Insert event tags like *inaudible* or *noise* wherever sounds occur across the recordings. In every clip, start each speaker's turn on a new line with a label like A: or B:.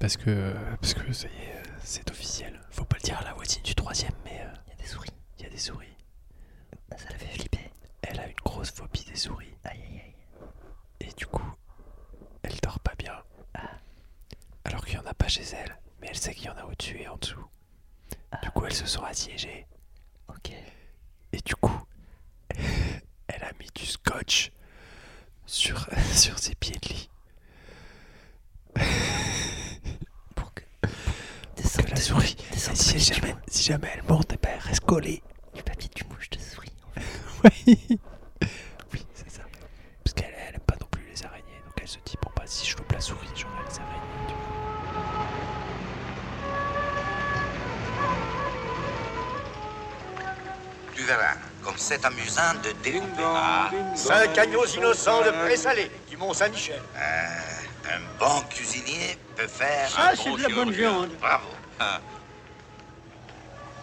A: Parce que, parce que ça y est, euh, c'est officiel. Faut pas le dire à la voisine du troisième, mais euh,
B: Il y a des souris. Ah,
A: il y a des souris.
B: Ça la fait flipper.
A: Elle a une grosse phobie des souris.
B: Aïe aïe aïe.
A: Et du coup, elle dort pas bien.
B: Ah.
A: Alors qu'il y en a pas chez elle, mais elle sait qu'il y en a au-dessus et en dessous.
B: Ah.
A: Du coup, elle se sent assiégée.
B: Ok.
A: Et du coup, *laughs* elle a mis du scotch sur, *laughs* sur ses pieds de lit. *laughs* Pour que,
B: Descends,
A: que la
B: de-
A: souris,
B: descends, de-
A: si
B: du
A: jamais,
B: mou-
A: si jamais elle monte, eh ben, elle reste collée.
B: Du papier du mouche de souris. en fait.
A: *laughs* Oui, oui c'est ça. Parce qu'elle elle aime pas non plus les araignées. Donc elle se dit, bon, bah, si je loupe la souris, j'aurai les araignées. tu vois.
C: Tu verras, comme c'est amusant de découper. Ah,
D: Cinq agneaux innocents
C: Euh,
D: de présalé du Mont-Saint-Michel.
C: un bon cuisinier peut faire
D: Ah,
C: un
D: c'est
C: bon
D: de la bonne
C: chirurgien.
D: viande.
C: Bravo. Ah.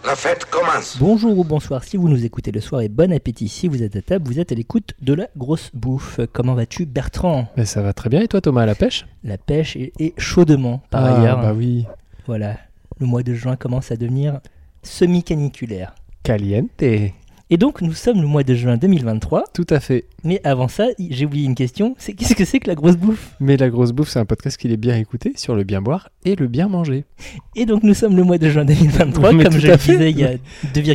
C: La fête commence.
B: Bonjour ou bonsoir si vous nous écoutez le soir et bon appétit si vous êtes à table, vous êtes à l'écoute de la grosse bouffe. Comment vas-tu Bertrand
A: Mais ça va très bien. Et toi, Thomas, à la pêche
B: La pêche est, est chaudement par
A: Ah,
B: ailleurs.
A: Bah oui.
B: Voilà, le mois de juin commence à devenir semi-caniculaire.
A: Caliente.
B: Et donc nous sommes le mois de juin 2023,
A: Tout à fait.
B: mais avant ça, i- j'ai oublié une question, c'est qu'est-ce que c'est que la grosse bouffe
A: Mais La Grosse Bouffe, c'est un podcast qu'il est bien écouté sur le bien boire et le bien manger.
B: Et donc nous sommes le mois de juin 2023,
A: *laughs* Mais
B: comme
A: tout
B: je
A: à
B: le
A: fait.
B: disais il y a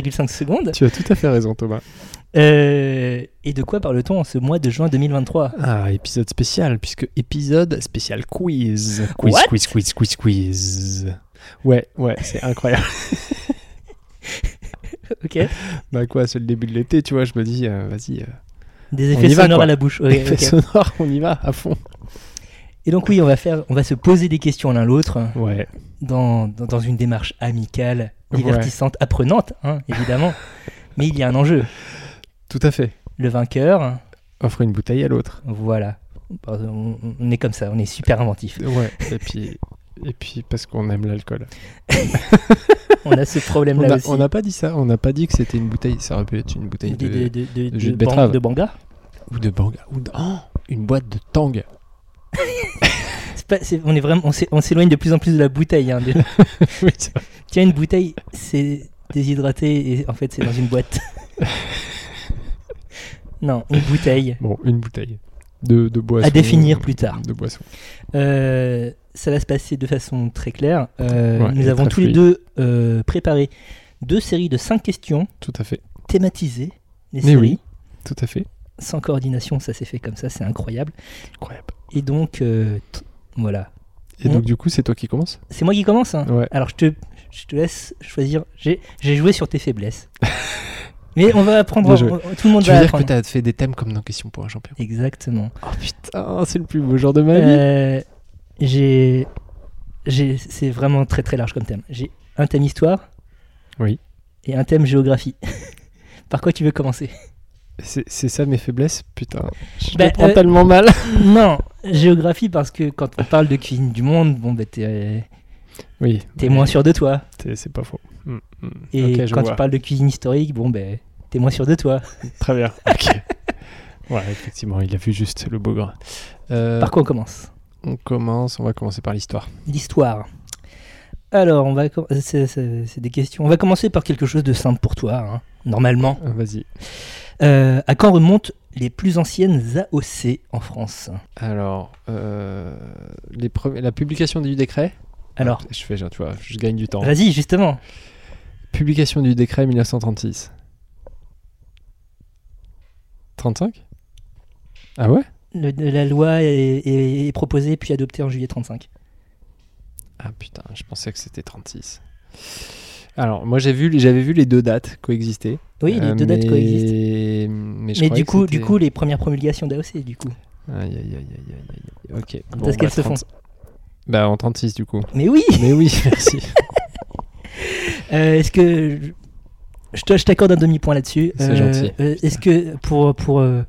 B: 2,5 secondes.
A: Tu as tout à fait raison, Thomas.
B: Euh, et de quoi parle-t-on en ce mois de juin 2023
A: Ah, épisode spécial, puisque épisode spécial quiz. Quiz,
B: What
A: quiz, quiz, quiz, quiz. Ouais, ouais, c'est incroyable. *laughs*
B: Ok.
A: bah quoi, c'est le début de l'été, tu vois, je me dis, euh, vas-y, euh,
B: Des
A: On
B: effets
A: y va,
B: sonores
A: quoi.
B: à la bouche. ouais,
A: effet
B: ok.
A: sonore, on y va, à fond.
B: Et donc oui, on va faire, on va se poser des questions l'un l'autre
A: Ouais.
B: dans, dans, dans une démarche amicale,
A: Ouais.
B: divertissante, apprenante, hein,
A: *laughs*
B: évidemment. Mais il y a un enjeu.
A: Tout à fait.
B: Le vainqueur,
A: Offre une bouteille à l'autre.
B: voilà. On, on- on est comme ça, on est super inventif.
A: Ouais. Et puis, et puis parce qu'on aime l'alcool.
B: On a
A: *laughs*
B: ce
A: On
B: problème-là
A: a-
B: aussi.
A: on n'a pas dit ça, on n'a pas dit que c'était une bouteille, ça aurait pu être une bouteille
B: Des-
A: de...
B: de, de, de-
A: de jus de
B: ban-
A: betterave.
B: de banga.
A: Ou de banga. Ou de- oh, une boîte de tang.
B: C'est pas- c'est- on est vraiment, on s'é- on s'éloigne de plus en plus de la
A: *laughs*
B: bouteille. hein, de-
A: Oui, c'est vrai.
B: Tiens, une bouteille, c'est déshydraté et en fait, c'est dans une boîte.
A: *laughs*
B: non, une bouteille
A: bon, une bouteille de, de boisson.
B: à définir plus tard.
A: De boisson.
B: Euh, ça va se passer de façon très claire. Euh,
A: Ouais,
B: nous
A: et
B: avons
A: très
B: tous les
A: fluide.
B: deux euh, préparé deux séries de cinq questions
A: Tout à fait.
B: thématisées,
A: Mais
B: les séries.
A: oui. Tout à fait.
B: Sans coordination, ça s'est fait comme ça, c'est incroyable.
A: Incroyable.
B: Et donc, euh, t- voilà.
A: Et
B: Mm.
A: donc, du coup, c'est toi qui commence
B: C'est moi qui commence. hein.
A: Ouais.
B: Alors, je te, je te laisse choisir. J'ai j'ai joué sur tes faiblesses. *laughs* Mais on va apprendre.
A: Bien joué.
B: on- tout le monde
A: Tu
B: va
A: veux dire que
B: apprendre.
A: t'as fait des thèmes comme dans Question pour un champion
B: Exactement.
A: Oh putain, c'est le plus beau jour de ma vie.
B: Euh, j'ai, j'ai, c'est vraiment très très large comme thème. J'ai un thème histoire.
A: Oui.
B: Et un thème géographie. *laughs* Par quoi tu veux commencer
A: C'est c'est ça mes faiblesses Putain, je
B: Bah,
A: le prends
B: euh,
A: tellement mal.
B: Non, géographie parce que quand on parle de cuisine du monde, bon bah t'es,
A: Oui.
B: t'es moins sûr de toi.
A: T'es- C'est pas faux. Mm, mm.
B: Et
A: ok, je
B: quand
A: vois. Euh.
B: on parle de cuisine historique, bon ben t'es moins sûr de toi.
A: Très
B: *laughs*
A: bien. Ok. ouais, effectivement, il a vu juste le beau grain. Euh,
B: Par quoi on commence
A: on commence, on va commencer par l'histoire.
B: L'histoire. Alors on va, com- c'est, c'est- c'est des questions. On va commencer par quelque chose de simple pour toi, hein, normalement.
A: Euh, Vas-y.
B: Euh, à quand remontent les plus anciennes AOC en France
A: Alors, euh, les premi- la publication du décret.
B: Alors,
A: Je fais, genre, tu vois, je gagne du temps.
B: vas-y, justement.
A: Publication du décret 1936. 35 Ah ouais
B: Le- de la loi est, est- est proposée puis adoptée en juillet 35.
A: Ah putain, je pensais que c'était 36. Alors, moi j'ai vu, j'avais vu les deux dates coexister.
B: Oui, les
A: Euh,
B: deux dates
A: mais-
B: coexistent.
A: Mais, je
B: Mais
A: croyais
B: du
A: que
B: coup,
A: c'était-
B: du coup, les premières promulgations d'AOC, du coup.
A: Aïe, aïe, aïe, aïe, aïe, aïe. Ok.
B: Quand est-ce qu'elles se font
A: Bah en 36 du coup.
B: Mais oui
A: Mais oui, merci.
B: *laughs* Euh, Est-ce que... je- Je te- je t'accorde un demi-point là-dessus.
A: C'est gentil.
B: euh, Est-ce que, pour, pour euh,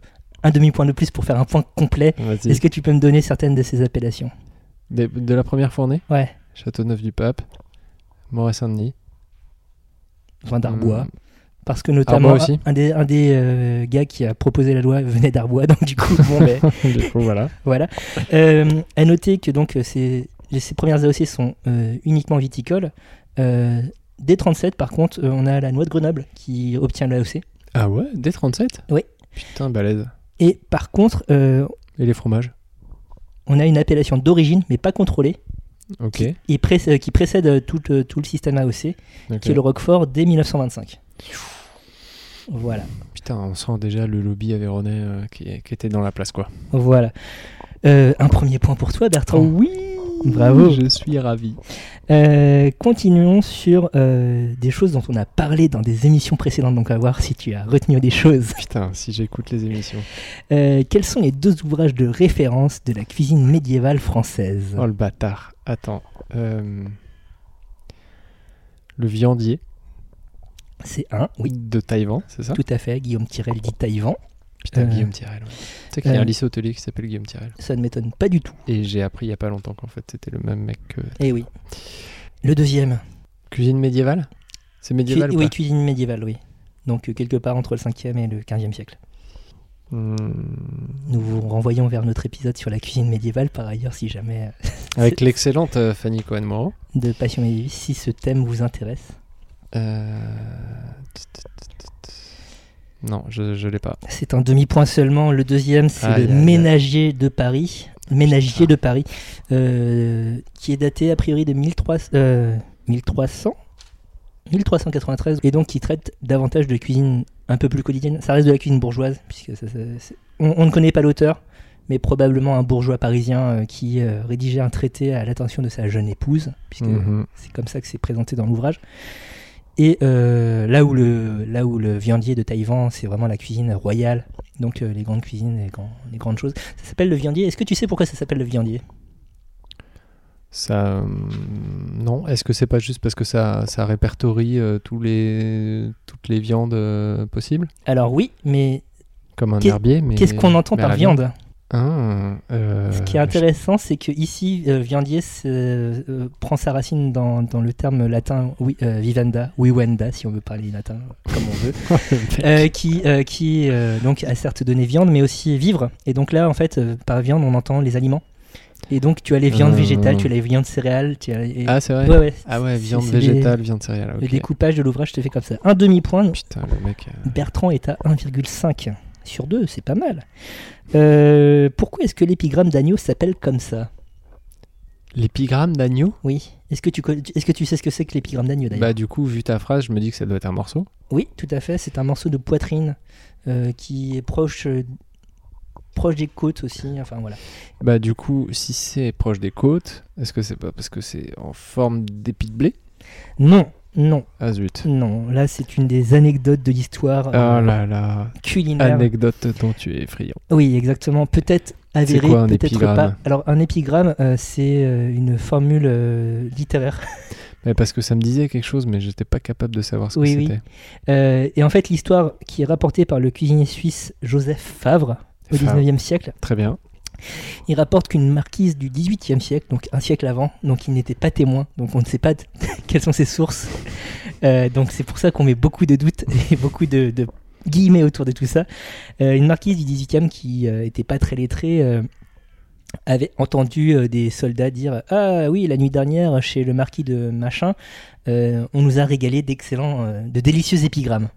B: un demi-point de plus, pour faire un point complet,
A: Vas-y.
B: est-ce que tu peux me donner certaines de ces appellations
A: Des- De, la première fournée
B: Ouais.
A: Châteauneuf-du-Pape,
B: *laughs*
A: Moray-Saint-Denis.
B: Vin d'Arbois.
A: Hum,
B: Parce que notamment,
A: aussi.
B: un des, un des euh, gars qui a proposé la loi venait *laughs* d'Arbois, donc du coup, bon, ben,
A: du coup, voilà.
B: Voilà. Euh, à noter que donc euh, c'est les- ces premières AOC sont euh, uniquement viticoles. Euh, dès 37, par contre, euh, on a la noix de Grenoble qui obtient l'AOC.
A: Ah ouais, dès 37
B: Oui.
A: Putain, balèze.
B: Et par contre, euh,
A: Et les fromages
B: on a une appellation d'origine, mais pas contrôlée,
A: Ok.
B: et pré- euh, qui précède euh, tout, le- tout le système AOC,
A: ok.
B: qui est le Roquefort dès 1925. Voilà.
A: Putain, on sent déjà le lobby aveyronnais euh, qui, qui était dans la place,
B: Oh
A: quoi.
B: Voilà. Euh, un premier point pour toi, Bertrand.
A: oui
B: Bravo.
A: Je suis ravi.
B: Euh, continuons sur euh, des choses dont on a parlé dans des émissions précédentes, donc à voir si tu as retenu des choses.
A: Putain, si j'écoute les émissions.
B: Euh, quels sont les deux ouvrages de référence de la cuisine médiévale française
A: Oh le bâtard. Attends. euh, Le viandier
B: C'est un, oui,
A: de Taïwan, c'est ça
B: tout à fait, Guillaume Tirel dit Taïvan.
A: Putain,
B: Euh,
A: Guillaume Tirel. ouais. Tu sais qu'il y a
B: euh,
A: un lycée hôtelier qui s'appelle Guillaume Tirel.
B: Ça ne m'étonne pas du tout.
A: Et j'ai appris il y a pas longtemps qu'en fait c'était le même mec que.
B: Eh oui. Le deuxième,
A: Cuisine médiévale C'est
B: Cui-
A: médiéval ou
B: oui,
A: pas
B: cuisine médiévale, oui. Donc euh, quelque part entre le 5e et le 15e siècle.
A: Hmm.
B: Nous vous renvoyons vers notre épisode sur la cuisine médiévale, par ailleurs, si jamais euh,
A: Avec
B: C'est-
A: l'excellente euh, Fanny Cohen-Moreau.
B: de Passion médiéviste, si ce thème vous intéresse.
A: Euh, tut, tut, tut, tut. Non, je, je l'ai pas.
B: C'est un demi-point seulement. Le deuxième, c'est
A: Aïe,
B: le
A: aïe, aïe.
B: Ménagier de Paris, Ménagier de Paris, euh, qui est daté a priori de 1300, euh, 1300 1393, et donc qui traite davantage de cuisine un peu plus quotidienne. Ça reste de la cuisine bourgeoise, puisque ça- ça- c'est- on, on ne connaît pas l'auteur, mais probablement un bourgeois parisien euh, qui euh, rédigeait un traité à l'attention de sa jeune épouse, puisque
A: Mhm.
B: c'est comme ça que c'est présenté dans l'ouvrage. Et euh, là, où le, là où le viandier de Taïwan, c'est vraiment la cuisine royale, donc euh, les grandes cuisines, les, grands- les grandes choses. Ça s'appelle le viandier. Est-ce que tu sais pourquoi ça s'appelle le viandier
A: Ça, euh, non. Est-ce que c'est pas juste parce que ça, ça répertorie euh, tous les, toutes les viandes euh, possibles,
B: Alors oui, mais
A: comme un
B: Qu'est-
A: herbier mais-
B: qu'est-ce qu'on entend
A: mais à
B: par
A: la viande.
B: viande
A: Ah, euh,
B: Ce qui est intéressant, c'est que ici, euh, viandier c'est, euh, prend sa racine dans, dans le terme latin oui, euh, vivanda, vivenda, si on veut parler latin comme on veut. Euh, qui, euh, qui euh, donc a certes donné viande, mais aussi vivre. Et donc là, en fait, euh, par viande, on entend les aliments. Et donc, tu as les viandes
A: Euh.
B: végétales, tu as les viandes céréales, tu as les-
A: *laughs* Ah, c'est vrai.
B: ouais, ouais.
A: Ah ouais,
B: C'est-
A: viande
B: c'est des-
A: végétale, viande céréale.
B: Le découpage de l'ouvrage, je te fais comme ça. Un demi-point.
A: Putain, le mec. euh,
B: Bertrand est à 1,5 sur 2, c'est pas mal. Euh, pourquoi est-ce que l'épigramme d'agneau s'appelle comme ça
A: L'épigramme d'agneau.
B: Oui. Est-ce que, tu conna- est-ce que tu sais ce que c'est que l'épigramme d'agneau d'ailleurs
A: Bah du coup, vu ta phrase, je me dis que ça doit être un morceau.
B: Oui, tout à fait. C'est un morceau de poitrine euh, qui est proche, euh, proche des côtes aussi. Enfin voilà.
A: Bah du coup, si c'est proche des côtes, est-ce que c'est pas parce que c'est en forme d'épi de blé
B: Non, non,
A: Ah zut.
B: non. Là, c'est une des anecdotes de l'histoire euh,
A: Oh là là.
B: culinaire.
A: Anecdote dont tu es friand.
B: oui, exactement. Peut-être avérée,
A: quoi un
B: peut-être
A: épigramme
B: pas. Alors, un épigramme, euh, c'est euh, une formule euh, littéraire. *laughs*
A: Mais parce que ça me disait quelque chose, mais j'étais pas capable de savoir ce
B: Oui,
A: que
B: oui.
A: c'était.
B: Euh, et en fait, l'histoire qui est rapportée par le cuisinier suisse Joseph Favre au
A: Favre.
B: 19e siècle,
A: Très bien.
B: il rapporte qu'une marquise du 18e siècle, donc un siècle avant, donc il n'était pas témoin, donc on ne sait pas *laughs* de- quelles sont ses sources. Euh, donc c'est pour ça qu'on met beaucoup de doutes *laughs* et beaucoup de, de guillemets autour de tout ça. Euh, une marquise du 18e qui n'était pas très lettrée euh, avait entendu euh, des soldats dire Ah oui, la nuit dernière, chez le marquis de Machin, euh, on nous a régalé d'excellents, euh, de délicieux épigrammes.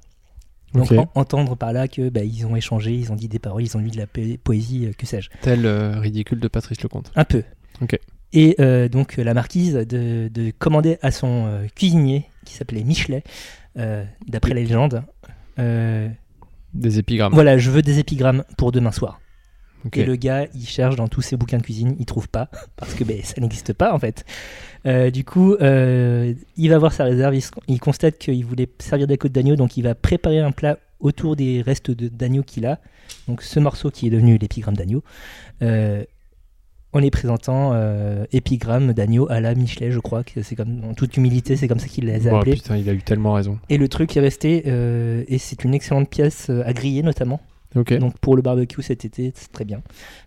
B: Donc
A: Ok.
B: en- entendre par là que bah, ils ont échangé, ils ont dit des paroles, ils ont lu de la po- poésie, euh, que sais-je.
A: Tel euh, ridicule de Patrice Lecomte.
B: Un peu.
A: Ok.
B: Et euh, donc euh, la marquise de, de commander à son euh, cuisinier, qui s'appelait Michelet, euh, d'après la légende, euh,
A: Des épigrammes.
B: voilà, je veux des épigrammes pour demain soir.
A: Ok.
B: Et le gars, il cherche dans tous ses bouquins de cuisine, il trouve pas, *laughs* parce que ben, ça n'existe pas en fait. Euh, du coup, euh, il va voir sa réserve, il, se- il constate qu'il voulait servir des côtes d'agneau, donc il va préparer un plat autour des restes de- d'agneau qu'il a, donc ce morceau qui est devenu l'épigramme d'agneau, euh, en les présentant euh, épigramme d'agneau à la Michelet, je crois, que c'est comme, en toute humilité, c'est comme ça qu'il les a
A: Oh,
B: appelés.
A: putain, il a eu tellement raison.
B: Et le truc est resté, euh, et c'est une excellente pièce euh, à griller notamment.
A: Ok.
B: Donc pour le barbecue cet été, c'est très bien.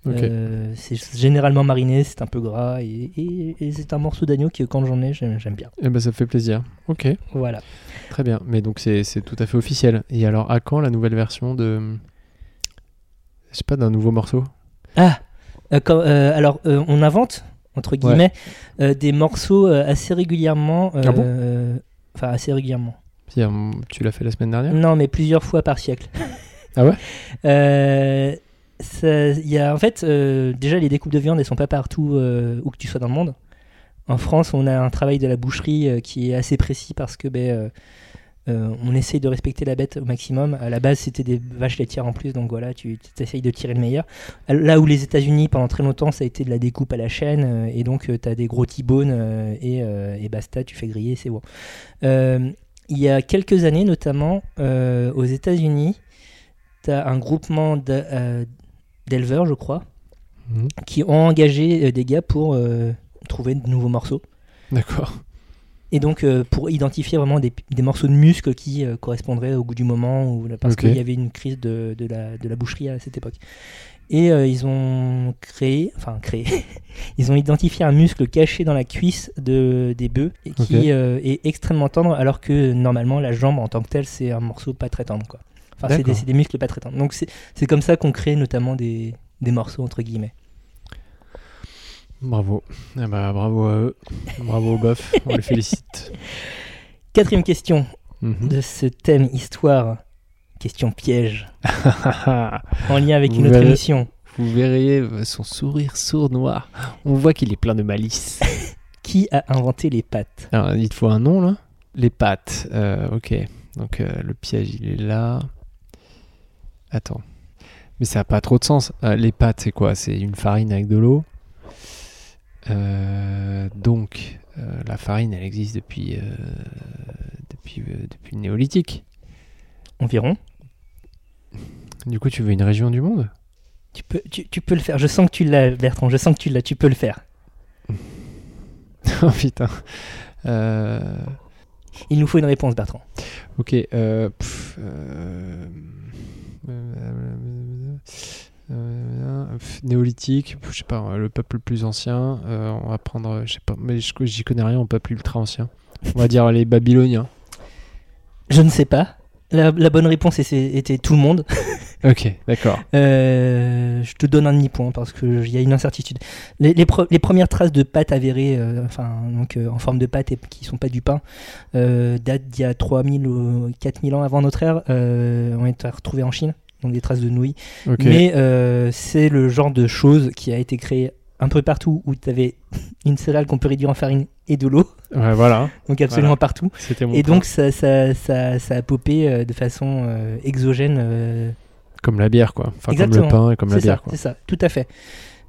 A: ok.
B: Euh, c'est généralement mariné, c'est un peu gras et, et- et c'est un morceau d'agneau que quand j'en ai, j'aime j'aime bien.
A: Eh ben, ça fait plaisir. Ok.
B: Voilà.
A: Très bien. Mais donc, c'est c'est tout à fait officiel. Et alors, à quand la nouvelle version de. Je sais pas, d'un nouveau morceau
B: Ah, euh, quand- euh, alors euh, on invente, entre guillemets, euh, des morceaux euh, assez régulièrement.
A: Ah bon
B: euh, Enfin, assez régulièrement.
A: Si, euh, tu l'as fait la semaine dernière
B: Non, mais plusieurs fois par siècle.
A: *laughs* Ah ouais
B: Euh, ça- il y a, En fait, euh, déjà, les découpes de viande, elles sont pas partout euh, où que tu sois dans le monde. En France, on a un travail de la boucherie euh, qui est assez précis parce que ben, euh, euh, on essaye de respecter la bête au maximum. À la base, c'était des vaches laitières en plus, donc voilà, tu essayes de tirer le meilleur. Euh, Là où les États-Unis, pendant très longtemps, ça a été de la découpe à la chaîne, euh, et donc tu as des gros T-bones, euh, et, euh, et basta, tu fais griller, c'est bon. Euh, il y a quelques années, notamment euh, aux États-Unis, tu as un groupement d'a- euh, d'éleveurs, je crois,
A: Mhm.
B: qui ont engagé euh, des gars pour euh, trouver de nouveaux morceaux.
A: D'accord.
B: Et donc, euh, pour identifier vraiment des, des morceaux de muscles qui euh, correspondraient au goût du moment, ou, parce
A: Ok.
B: qu'il y avait une crise de, de la, de la boucherie à cette époque. Et euh, ils ont créé, enfin créé, *laughs* ils ont identifié un muscle caché dans la cuisse de, des bœufs et qui
A: Ok.
B: euh, est extrêmement tendre, alors que normalement la jambe en tant que telle, c'est un morceau pas très tendre. Quoi. Enfin, c'est des,
A: D'accord.
B: c'est des muscles pas très tendres. Donc, c'est c'est comme ça qu'on crée notamment des, des morceaux, entre guillemets.
A: Bravo. Eh ben, bravo à eux. Bravo au bœuf. On les
B: *laughs*
A: félicite.
B: Quatrième question
A: Mhm. *laughs*
B: de ce thème histoire, question piège. en lien avec
A: Vous
B: une autre
A: verrez.
B: émission.
A: Vous verrez son sourire sournois. On voit qu'il est plein de malice.
B: Qui a inventé les pâtes
A: Alors, il te faut un nom là Les pattes. Euh, ok. Donc euh, le piège, il est là. Attends. Mais ça n'a pas trop de sens. Euh, les pâtes, c'est quoi C'est une farine avec de l'eau. Euh, donc, euh, la farine, elle existe depuis, euh, depuis, euh, depuis le néolithique.
B: Environ.
A: Du coup, tu veux une région du monde *laughs*
B: Tu peux, tu, tu peux le faire. Je sens que tu l'as, Bertrand. Je sens que tu l'as. Tu peux le faire.
A: Oh putain. Euh,
B: Il nous faut une réponse, Bertrand.
A: Ok. euh, pff, euh, euh, euh, pff, néolithique, pff, je sais pas, euh, le peuple le plus ancien. euh, on va prendre, euh, je sais pas, mais je- j'y connais rien au peuple ultra ancien. On va dire les Babyloniens.
B: Je ne sais pas. La, la bonne réponse était était tout le monde.
A: Ok, d'accord.
B: Euh, je te donne un demi-point parce qu'il y a une incertitude. Les, les pre- les premières traces de pâtes avérées, euh, enfin, donc, euh, en forme de pâtes et qui ne sont pas du pain, euh, datent d'il y a 3000 ou 4000 ans avant notre ère, euh, ont été retrouvées en Chine, donc des traces de nouilles.
A: Ok.
B: Mais euh, c'est le genre de chose qui a été créée un peu partout où tu avais *laughs* une céréale qu'on peut réduire en farine et de l'eau,
A: Ouais, voilà.
B: donc absolument partout.
A: C'était mon.
B: Et
A: point.
B: donc ça, ça, ça, ça a popé euh, de façon euh, exogène. euh,
A: comme la bière, quoi. Enfin, comme le
B: Exactement.
A: pain et comme la
B: c'est
A: bière,
B: ça,
A: quoi.
B: c'est ça, tout à fait.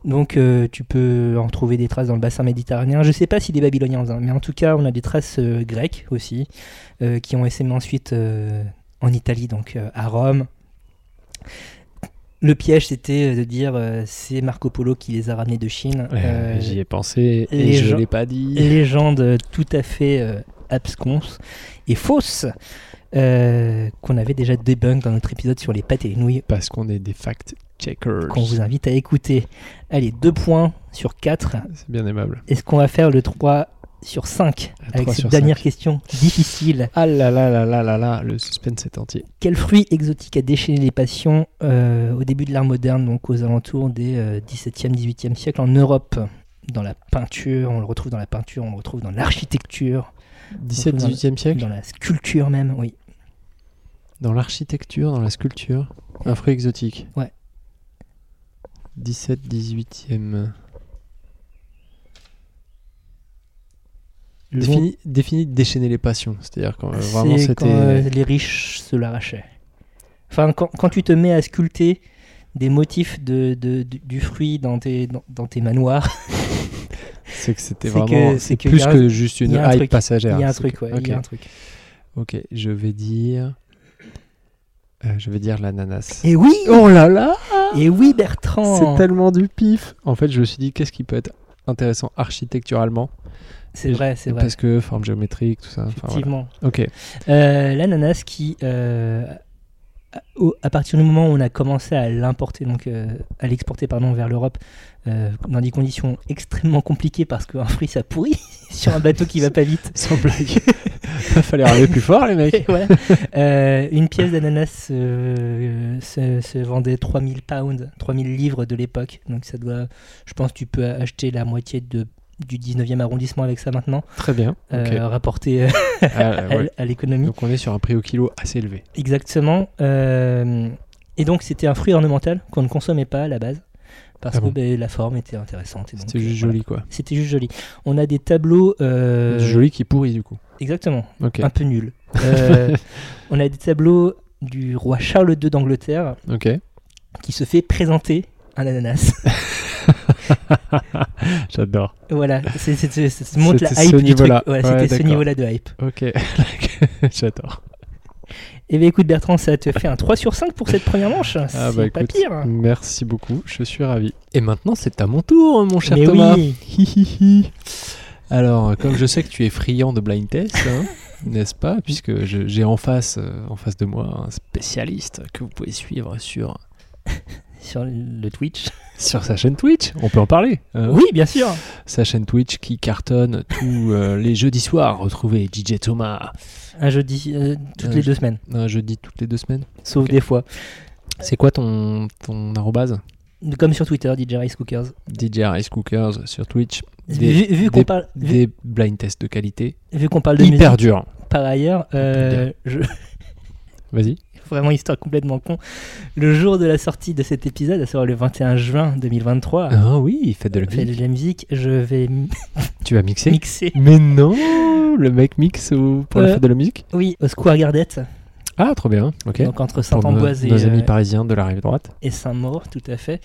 B: Donc euh, tu peux en trouver des traces dans le bassin méditerranéen. Je sais pas si des Babyloniens, hein, mais en tout cas on a des traces euh, grecques aussi, euh, qui ont essaimé ensuite euh, en Italie, donc euh, à Rome. Le piège c'était de dire euh, c'est Marco Polo qui les a ramenés de Chine.
A: Ouais,
B: Euh,
A: J'y ai pensé et
B: les
A: je
B: gens-
A: l'ai pas dit.
B: légende tout à fait euh, absconce et fausse euh, qu'on avait déjà débunk dans notre épisode sur les pâtes et les nouilles
A: Parce qu'on est des fact checkers.
B: qu'on vous invite à écouter. Allez, 2 points sur 4.
A: C'est bien aimable.
B: Est-ce qu'on va faire le 3 sur 5
A: Le
B: avec
A: 3
B: cette
A: sur
B: dernière
A: 5.
B: question difficile
A: Ah là là là là là là, le suspense est entier.
B: Quel fruit exotique a déchaîné les passions euh, au début de l'art moderne, donc aux alentours des euh, 17e, 18e siècle en Europe Dans la peinture, on le retrouve dans la peinture, on le retrouve dans l'architecture,
A: 17 18e siècle
B: dans la sculpture même, oui.
A: Dans l'architecture, dans la sculpture, un fruit exotique.
B: Ouais.
A: 17, 18e.
B: Le
A: Défini, défini déchaîner les passions. C'est-à-dire quand euh,
B: C'est
A: vraiment
B: quand
A: c'était.
B: euh, les riches se l'arrachaient. Enfin, quand, quand tu te mets à sculpter des motifs de, de- du- du fruit dans tes, dans, dans tes manoirs,
A: C'est que c'était
B: c'est que-
A: vraiment.
B: c'est
A: C'est
B: que
A: plus
B: y a un-
A: que juste une
B: y a un
A: hype
B: truc,
A: passagère.
B: il y a un
A: C'est
B: truc,
A: que-
B: ouais, il y a un
A: ok.
B: truc.
A: ok, je vais dire. euh, je vais dire l'ananas.
B: *laughs* Et oui
A: Oh là là
B: Et oui, Bertrand
A: C'est tellement du pif En fait, je me suis dit, qu'est-ce qui peut être intéressant architecturalement
B: C'est vrai, c'est vrai.
A: Parce que forme géométrique, tout ça. enfin, voilà.
B: Effectivement.
A: Ok.
B: Euh, L'ananas qui, euh, à, au- à partir du moment où on a commencé à l'importer, donc euh, à l'exporter pardon vers l'Europe, euh, dans des conditions extrêmement compliquées parce qu'un fruit ça pourrit *laughs* sur un bateau qui va pas vite.
A: Sans blague. *laughs* Fallait râler plus fort, les mecs.
B: *laughs* Voilà. Euh, une pièce d'ananas euh, se, se vendait 3000 pounds, 3000 livres de l'époque. Donc ça doit, je pense, que tu peux acheter la moitié de du 19e arrondissement avec ça maintenant,
A: *laughs* Très bien.
B: euh,
A: ok.
B: rapporté euh,
A: Ah,
B: à,
A: ouais.
B: à l'économie.
A: Donc on est sur un prix au kilo assez élevé.
B: Exactement. euh, et donc c'était un fruit ornemental qu'on ne consommait pas à la base parce
A: Ah bon.
B: que ben, la forme était intéressante. et donc, euh,
A: C'était juste
B: voilà.
A: joli quoi.
B: C'était juste joli. On a des tableaux. euh,
A: Joli qui pourrit du coup.
B: Exactement.
A: Ok.
B: Un
A: *laughs*
B: peu nuls. Euh, on a des tableaux du roi Charles II d'Angleterre
A: Ok.
B: qui se fait présenter un ananas. *laughs*
A: J'adore.
B: voilà, c'est- c'est- c'est- ça te montre la
A: C'était
B: hype
A: ce
B: du truc.
A: niveau-là.
B: Voilà,
A: Ouais,
B: c'était ce
A: d'accord.
B: niveau-là de hype.
A: Ok. *laughs* J'adore.
B: Eh bien écoute Bertrand, ça te fait un 3 sur 5 pour cette première manche.
A: Ah
B: c'est
A: bah
B: pas
A: écoute,
B: pire.
A: merci beaucoup. Je suis ravi. Et maintenant c'est à mon tour, mon cher
B: Mais
A: Thomas.
B: oui,
A: Hi, hi, hi. Alors, comme je sais que tu es friand de blind test, *laughs* hein, n'est-ce pas Puisque je- j'ai en face, euh, en face de moi un spécialiste que vous pouvez suivre sur,
B: sur le Twitch.
A: sur sa chaîne Twitch. On peut en parler. hein.
B: Oui, bien sûr.
A: Sa chaîne Twitch qui cartonne tous euh, les jeudis soirs. Retrouvez DJ Thomas
B: Un jeudi, euh, toutes
A: Un
B: les
A: je-
B: deux semaines,
A: un jeudi toutes les deux semaines.
B: sauf
A: Ok.
B: des fois.
A: C'est quoi ton, ton arrobase
B: Comme sur Twitter, DJ Rice Cookers.
A: DJ Rice Cookers sur Twitch. Des,
B: vu vu qu'on
A: des-
B: parle, vu-
A: des blind tests de qualité.
B: vu qu'on parle de
A: Hyper
B: musique,
A: dur.
B: par ailleurs, euh, je,
A: Vas-y.
B: vraiment histoire complètement con, le jour de la sortie de cet épisode, à savoir le 21 juin 2023,
A: Ah oui, faites de la
B: euh, fête
A: musique.
B: de la musique, je
A: *laughs*
B: vais m-
A: Tu vas mixer
B: mixer
A: Mais non Le mec mixe au- pour la
B: Euh,
A: fête de la musique
B: oui, au Square Gardette,
A: Ah, trop bien. Ok.
B: donc entre
A: Pour nos,
B: Saint-Amboise et,
A: nos amis
B: euh,
A: parisiens de la rive droite.
B: et Saint-Maur, tout à fait.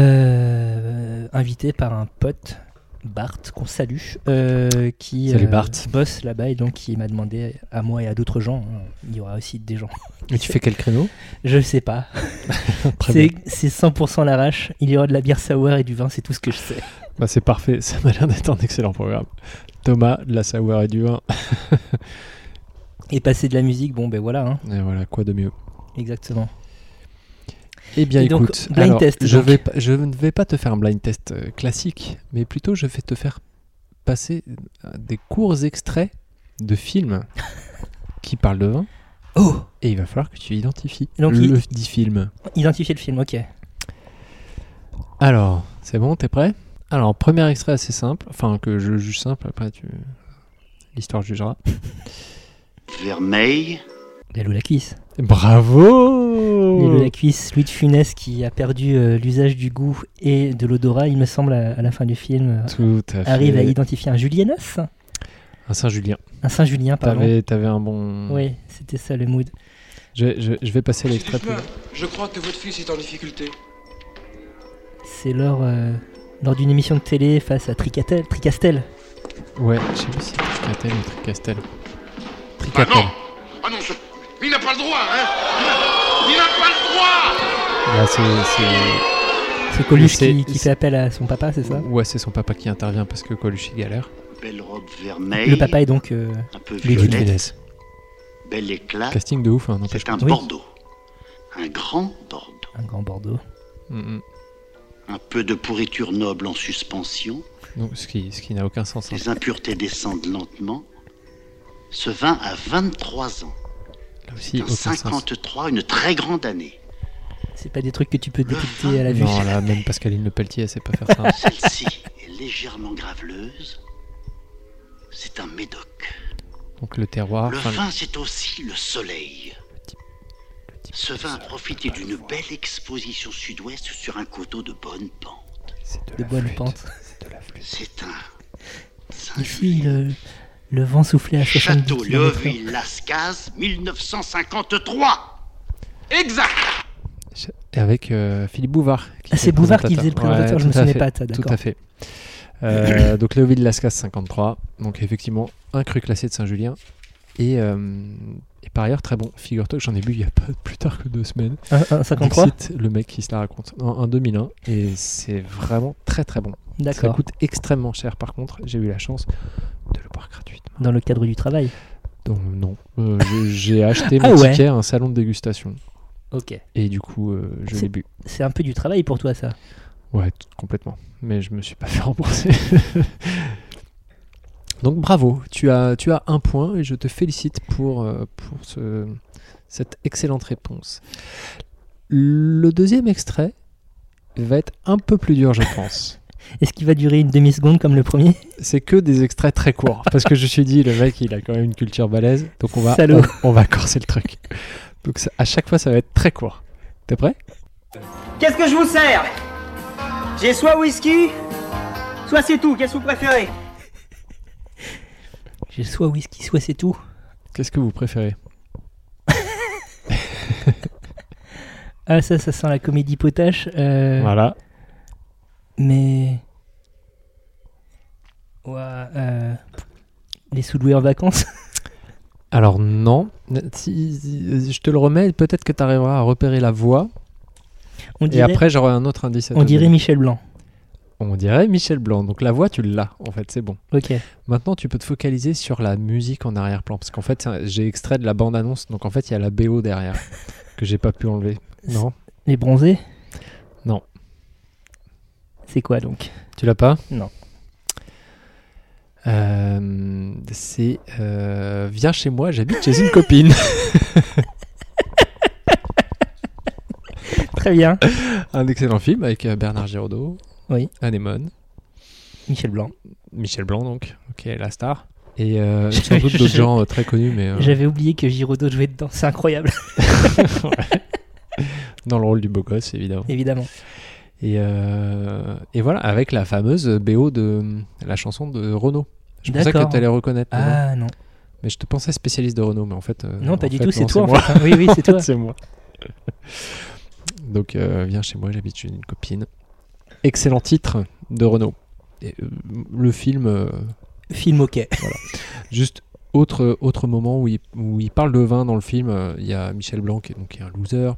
B: Euh, invité par un pote, Bart, qu'on salue, euh, qui
A: Salut Bart.
B: bosse là-bas et donc qui m'a demandé à moi et à d'autres gens, hein, il y aura aussi des gens,
A: Et tu fais quel créneau
B: je sais pas,
A: *laughs* Très
B: c'est
A: bien.
B: c'est 100% l'arrache, il y aura de la bière sour et du vin, c'est tout ce que je sais.
A: Bah, c'est parfait. *laughs* Ça m'a l'air d'être un excellent programme. Thomas, de la savoir et du vin.
B: Et passer de la musique, bon ben voilà, hein,
A: Et voilà, quoi de mieux
B: exactement.
A: Eh bien,
B: Et donc,
A: écoute,
B: blind
A: alors,
B: test,
A: je,
B: donc.
A: vais, pas- je ne vais pas te faire un blind test euh, classique, mais plutôt je vais te faire passer euh, des courts extraits de
B: *laughs*
A: films qui parlent de vin,
B: Oh
A: et il va falloir que tu identifies
B: Donc,
A: le
B: il-
A: dit film.
B: Identifier le film, ok.
A: Alors, c'est bon, t'es prêt Alors, premier extrait assez simple, enfin que je juge simple, après tu... l'histoire jugera.
E: Vermeil,
B: L'eau la cuisse.
A: Bravo
B: la cuisse, Louis de Funès qui a perdu euh, l'usage du goût et de l'odorat, il me semble, à, à la fin du film, euh,
A: Tout à fait.
B: arrive à identifier un Julianos,
A: Un Saint-Julien.
B: un Saint-Julien, pardon.
A: T'avais t'avais un bon...
B: Oui, c'était ça le mood.
A: Je, je- je vais passer à l'extrait plus...
F: Dites-moi, je crois que votre fils est en difficulté.
B: C'est lors, euh, lors d'une émission de télé face à Tricatel, Tricastel.
A: Ouais, je sais pas si c'est Tricatel ou Tricastel.
G: Ah
A: Tricatel.
G: non Ah non, je- il n'a pas le droit, hein Il n'a pas le droit
A: Là, c'est- c'est-
B: C'est Coluche
A: C'est-
B: qui, qui fait
A: c'est-
B: appel à son papa, c'est ça
A: Ouais, c'est son papa qui intervient parce que Coluche il galère.
E: belle robe vermeil,
B: Le papa est donc. euh,
E: un peu
B: Louis de Funès.
E: violette, bel
B: Ah.
E: éclat,
A: Casting de ouf, hein, n'empêche
E: c'est un
A: pas.
B: Oui.
E: Bordeaux, un grand Bordeaux,
B: un grand Bordeaux.
A: Mm, mm.
E: un peu de pourriture noble en suspension,
A: Donc, ce qui, ce qui n'a aucun sens. hein.
E: les impuretés descendent lentement. Ce vin a 23 ans,
A: Là aussi,
E: en
A: aucun sens.
E: 53, une très grande année.
B: C'est pas des trucs que tu peux détecter à la vue.
A: Non, là, même Pascaline Le Pelletier, elle sait pas faire ça.
B: *laughs*
E: Celle-ci est légèrement graveleuse. C'est un médoc.
A: Donc, le terroir,
E: Le
A: enfin,
E: vin, c'est aussi le soleil. Ce vin a profité d'une belle exposition sud-ouest sur un coteau de bonne pente.
A: c'est de,
B: de
A: la
B: bonne
A: flûte.
B: pente.
A: C'est de la flûte.
E: C'est un
B: Ici, le, le vent soufflait à 70
E: château
B: kilomètres heure.
E: Léoville Lascaz, 1953.
G: Exact
A: Et avec euh, Philippe Bouvard. qui
B: Ah,
A: était
B: c'est Bouvard qui
A: présentateur.
B: faisait le présentateur,
A: Ouais,
B: je me
A: tout à
B: souvenais
A: fait,
B: pas de ça,
A: Tout à
B: d'accord.
A: fait. Euh, donc Léoville Lascaz 53, donc effectivement un cru classé de Saint-Julien et, euh, et par ailleurs très bon. Figure-toi que j'en ai bu il y a pas plus tard que deux semaines.
B: Un- un 53
A: Dixit, le mec qui se la raconte en, en 2001 et c'est vraiment très très bon. Ça
B: D'accord.
A: coûte extrêmement cher par contre. J'ai eu la chance de le boire gratuitement.
B: Dans le cadre du travail.
A: Donc non, Euh, j'ai- j'ai *laughs* acheté
B: Ah
A: mon
B: ouais.
A: ticket à un salon de dégustation
B: Ok.
A: et du coup euh, je
B: C'est-
A: l'ai bu.
B: C'est un peu du travail pour toi, ça.
A: Ouais, t- complètement. Mais je me suis pas *laughs* fait rembourser. Donc bravo, tu as, tu as un point et je te félicite pour, euh, pour ce- cette excellente réponse. Le deuxième extrait va être un peu plus dur, je pense.
B: Est-ce qu'il va durer une demi-seconde comme le premier
A: C'est que des extraits très courts. Parce que je me suis dit, le mec, il a quand même une culture balèze. Donc on va,
B: Salaud.
A: on, on va corser le truc. Donc ça- à chaque fois, ça va être très court. T'es prêt
H: Qu'est-ce que je vous sers J'ai soit whisky, soit c'est tout. Qu'est-ce que vous préférez
B: J'ai soit whisky, soit c'est tout.
A: Qu'est-ce que vous préférez
B: Ah, ça, ça sent la comédie potache. euh,
A: Voilà.
B: Mais. Ouah, euh, Les sous loués en vacances *laughs*
A: Alors non. Si, si- je te le remets, peut-être que tu arriveras à repérer la voix.
B: On
A: Et
B: dirait,
A: après, j'aurai un autre indice. à
B: on
A: te
B: dirait
A: donner.
B: Michel Blanc.
A: on dirait Michel Blanc. Donc la voix, tu l'as, en fait, c'est bon.
B: Ok.
A: Maintenant, tu peux te focaliser sur la musique en arrière-plan. Parce qu'en fait, c'est un- j'ai extrait de la bande-annonce. Donc en fait, il y a la BO derrière
B: *laughs*
A: que j'ai pas pu enlever. Non
B: Les bronzés
A: Non.
B: C'est quoi donc
A: Tu l'as pas
B: Non.
A: Euh, c'est euh, Viens chez moi, j'habite chez une copine. *laughs*
B: Très bien.
A: Un excellent film avec euh, Bernard Giraudot,
B: Oui.
A: Anémone,
B: Michel Blanc.
A: Michel Blanc donc, ok, la star. Et *laughs* euh,
B: Je-
A: sans doute
B: je-
A: d'autres gens euh, très connus, mais euh,
B: J'avais oublié que Giraudot jouait dedans. C'est incroyable, *laughs*
A: dans le rôle du beau gosse évidemment.
B: évidemment.
A: Et, euh, et voilà, avec la fameuse BO de la chanson de Renaud. Je pensais que
B: D'accord.
A: tu allais reconnaître, mais non.
B: Ah non.
A: mais je te pensais spécialiste de Renaud, mais en fait. euh,
B: Non, pas
A: en
B: du
A: fait,
B: tout, c'est
A: non,
B: toi en
A: moi.
B: fait. hein. Oui, oui, c'est
A: *laughs*
B: toi.
A: C'est moi. Donc, euh, viens chez moi, j'habite chez une copine. Excellent titre de Renault. Et, euh, le film, euh,
B: Film ok.
A: juste autre, autre moment où il, où il parle de vin dans le film, euh, il y a Michel Blanc qui est, donc, qui est un loser,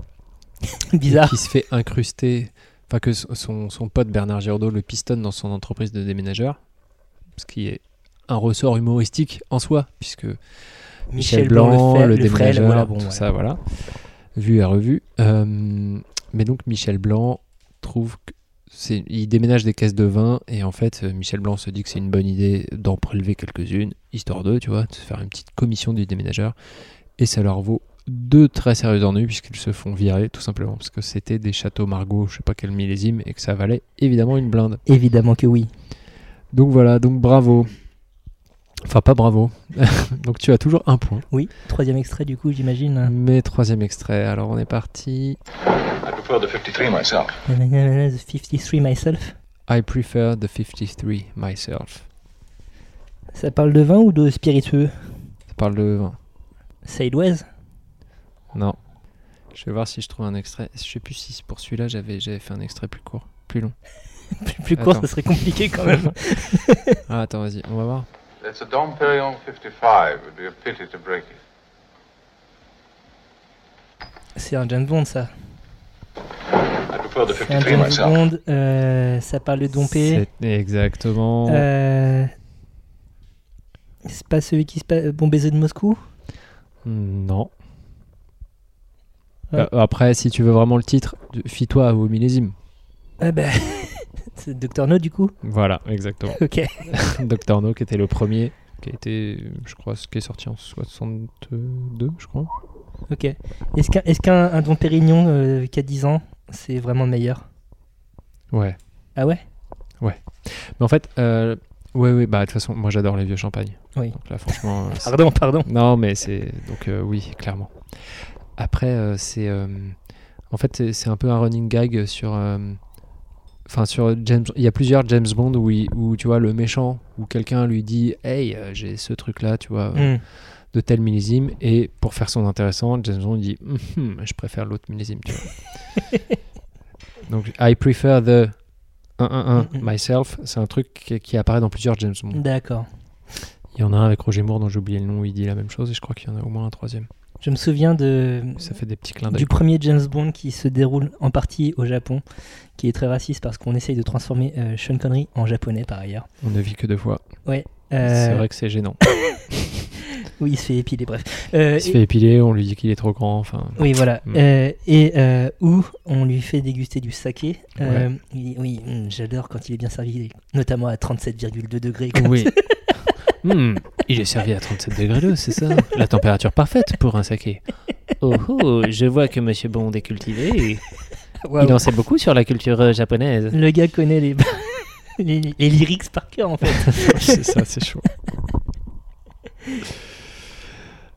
B: *laughs* Bizarre.
A: qui se fait incruster, enfin que son- son, son pote Bernard Giraudot le pistonne dans son entreprise de déménageur, ce qui est un ressort humoristique en soi, puisque Michel, Blanc,
B: fait-
A: le,
B: frêle,
A: déménageur,
B: voilà, bon,
A: tout
B: voilà.
A: ça, voilà. Vu et revu. Euh, mais donc Michel Blanc trouve que c'est, il déménage des caisses de vin et en fait euh, Michel Blanc se dit que c'est une bonne idée d'en prélever quelques-unes, histoire de, tu vois, de se faire une petite commission du déménageur. Et ça leur vaut deux très sérieux ennuis puisqu'ils se font virer tout simplement parce que c'était des châteaux Margaux, je sais pas quel millésime et que ça valait évidemment une blinde.
B: Évidemment que oui.
A: Donc voilà, donc bravo. Enfin pas bravo. *laughs* donc tu as toujours un point.
B: Oui. Troisième extrait du coup, j'imagine.
A: Mais troisième extrait, alors on est parti.
D: I prefer the 53 myself.
B: Na, na, na, na, The 53 Myself.
A: I prefer the 53 myself.
B: Ça parle de vin ou de spiritueux
A: Ça parle de vin.
B: Sideways *laughs*
A: Non. Je vais voir si je trouve un extrait. Je sais plus si pour celui-là j'avais j'avais fait un extrait plus court, plus long.
B: Plus, plus court,
A: Attends.
B: ça serait compliqué
A: *laughs*
B: quand même.
A: Ah, attends, vas-y, on va voir.
D: It's a Dom Perignon 55. It would be a pity to break it.
B: C'est un James Bond ça.
D: I prefer the
B: C'est un
D: 53
B: James
D: myself.
B: Bond. euh, ça parle de dompé.
A: C'est exactement.
B: Euh, C'est pas celui qui se passe. Bon baiser de Moscou
A: Non.
B: Ouais.
A: Euh, après, si tu veux vraiment le titre, de- fie-toi au millésime.
B: Ah bah. *laughs* C'est Dr No du coup
A: Voilà, exactement.
B: *laughs* Ok.
A: Dr No qui était le premier, qui a été, je crois, ce qui est sorti en 62, je crois.
B: Ok. Est-ce qu'un est Don Pérignon euh, qui a 10 ans, c'est vraiment le meilleur
A: Ouais.
B: Ah ouais
A: Mais en fait, euh, ouais, ouais, bah de toute façon, moi j'adore les vieux champagnes.
B: Oui.
A: Donc là, franchement,
B: *laughs*
A: euh, c'est-
B: Pardon, pardon.
A: non, mais c'est donc euh, oui, clairement. Après, euh, c'est euh, en fait c'est- c'est un peu un running gag sur, euh, enfin sur James. Il y a plusieurs James Bond où, il- où tu vois le méchant où quelqu'un lui dit, hey, euh, j'ai ce truc là, tu vois, euh,
B: Hmm.
A: de tel millésime, et pour faire son intéressant, James Bond dit, Hum, hum, je préfère l'autre millésime, tu vois. *laughs* donc I prefer the 111
B: Mm, mm.
A: myself. C'est un truc qui, qui apparaît dans plusieurs James Bond.
B: D'accord.
A: Il y en a un avec Roger Moore dont j'ai oublié le nom, où il dit la même chose, et je crois qu'il y en a au moins un troisième.
B: Je me souviens de,
A: Ça fait des petits clins d'œil.
B: du premier James Bond qui se déroule en partie au Japon, qui est très raciste parce qu'on essaye de transformer euh, Sean Connery en japonais par ailleurs.
A: On ne vit que deux fois. C'est
B: Euh,
A: vrai que c'est *coughs* gênant.
B: Oui, il se fait épiler, bref. Euh,
A: Il se fait épiler, on lui dit qu'il est trop grand. Enfin,
B: Oui, voilà.
A: Mm.
B: Euh, et euh, où on lui fait déguster du saké. Euh, Oui, oui, mm, j'adore quand il est bien servi, notamment à 37,2 degrés. comme
A: oui. *laughs* Hmm, il est servi à 37 degrés 2, c'est ça La température parfaite pour un saké. Oh oh, je vois que Monsieur Bond est cultivé.
B: ça. Waouh. euh,
A: sait beaucoup sur la culture japonaise.
B: Le gars connaît les. *laughs* les, les lyrics par cœur en fait.
A: c'est ça, c'est
B: *laughs*
A: chaud.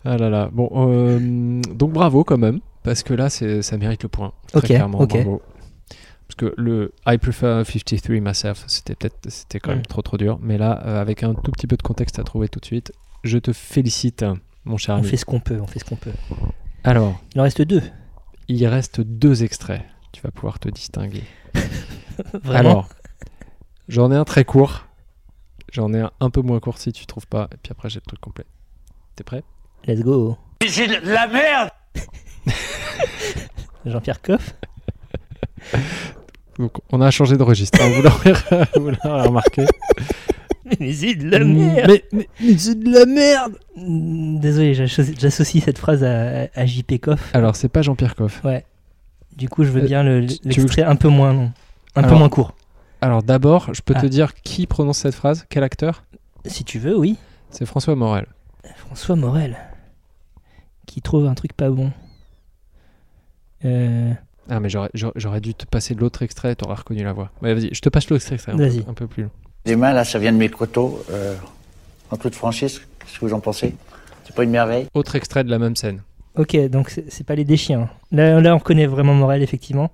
A: Ah là là. Bon, euh, donc bravo quand même, parce que là, c'est- ça mérite le point. Très
B: Ok,
A: clairement,
B: ok.
A: bravo. Parce que le I prefer 53 myself, c'était peut-être, c'était quand même
B: Mm.
A: trop trop dur. Mais là, euh, avec un tout petit peu de contexte à trouver tout de suite, je te félicite, mon cher
B: On
A: ami.
B: fait ce qu'on peut, on fait ce qu'on peut.
A: Alors,
B: Il en reste deux,
A: il reste deux extraits. Tu vas pouvoir te distinguer.
B: vraiment.
A: Alors, j'en ai un très court. J'en ai un un peu moins court si tu trouves pas. Et puis après, j'ai le truc complet. T'es prêt
B: Let's go.
C: C'est de la merde
B: *laughs*
A: *laughs*
B: Jean-Pierre Coff.
A: Donc, on a changé de registre. hein, vous
B: *laughs*
A: l'aurez- vous l'aurez remarqué.
B: Mais c'est de la merde.
A: Mais, mais- mais c'est de la merde
B: Mm, Désolé, j'associe j'associe cette phrase à, à JP Coff.
A: Alors, c'est pas Jean-Pierre Coff.
B: Du coup, je veux
A: Euh,
B: bien le-
A: tu- tu veux que
B: l'extrait un peu moins long. Un peu
A: Alors-
B: moins court.
A: Alors, d'abord, je peux te
B: Ah.
A: dire qui prononce cette phrase, quel acteur
B: Si tu veux, oui.
A: C'est François Morel.
B: François Morel. Qui trouve un truc pas bon. Euh,
A: Ah, mais j'aurais- j'aurais j'aurais dû te passer l'autre extrait, t'auras reconnu la voix. Ouais, vas-y, je te passe l'autre extrait. un peu-
B: Vas-y.
A: Un peu plus long.
I: Demain, là, hein, ça vient de mes coteaux. euh, en toute franchise, qu'est-ce que vous en pensez C'est pas une merveille
A: Autre extrait de la même scène.
B: Ok, donc c'est c'est pas les déchiens. Là, là, on connaît vraiment Morel, effectivement.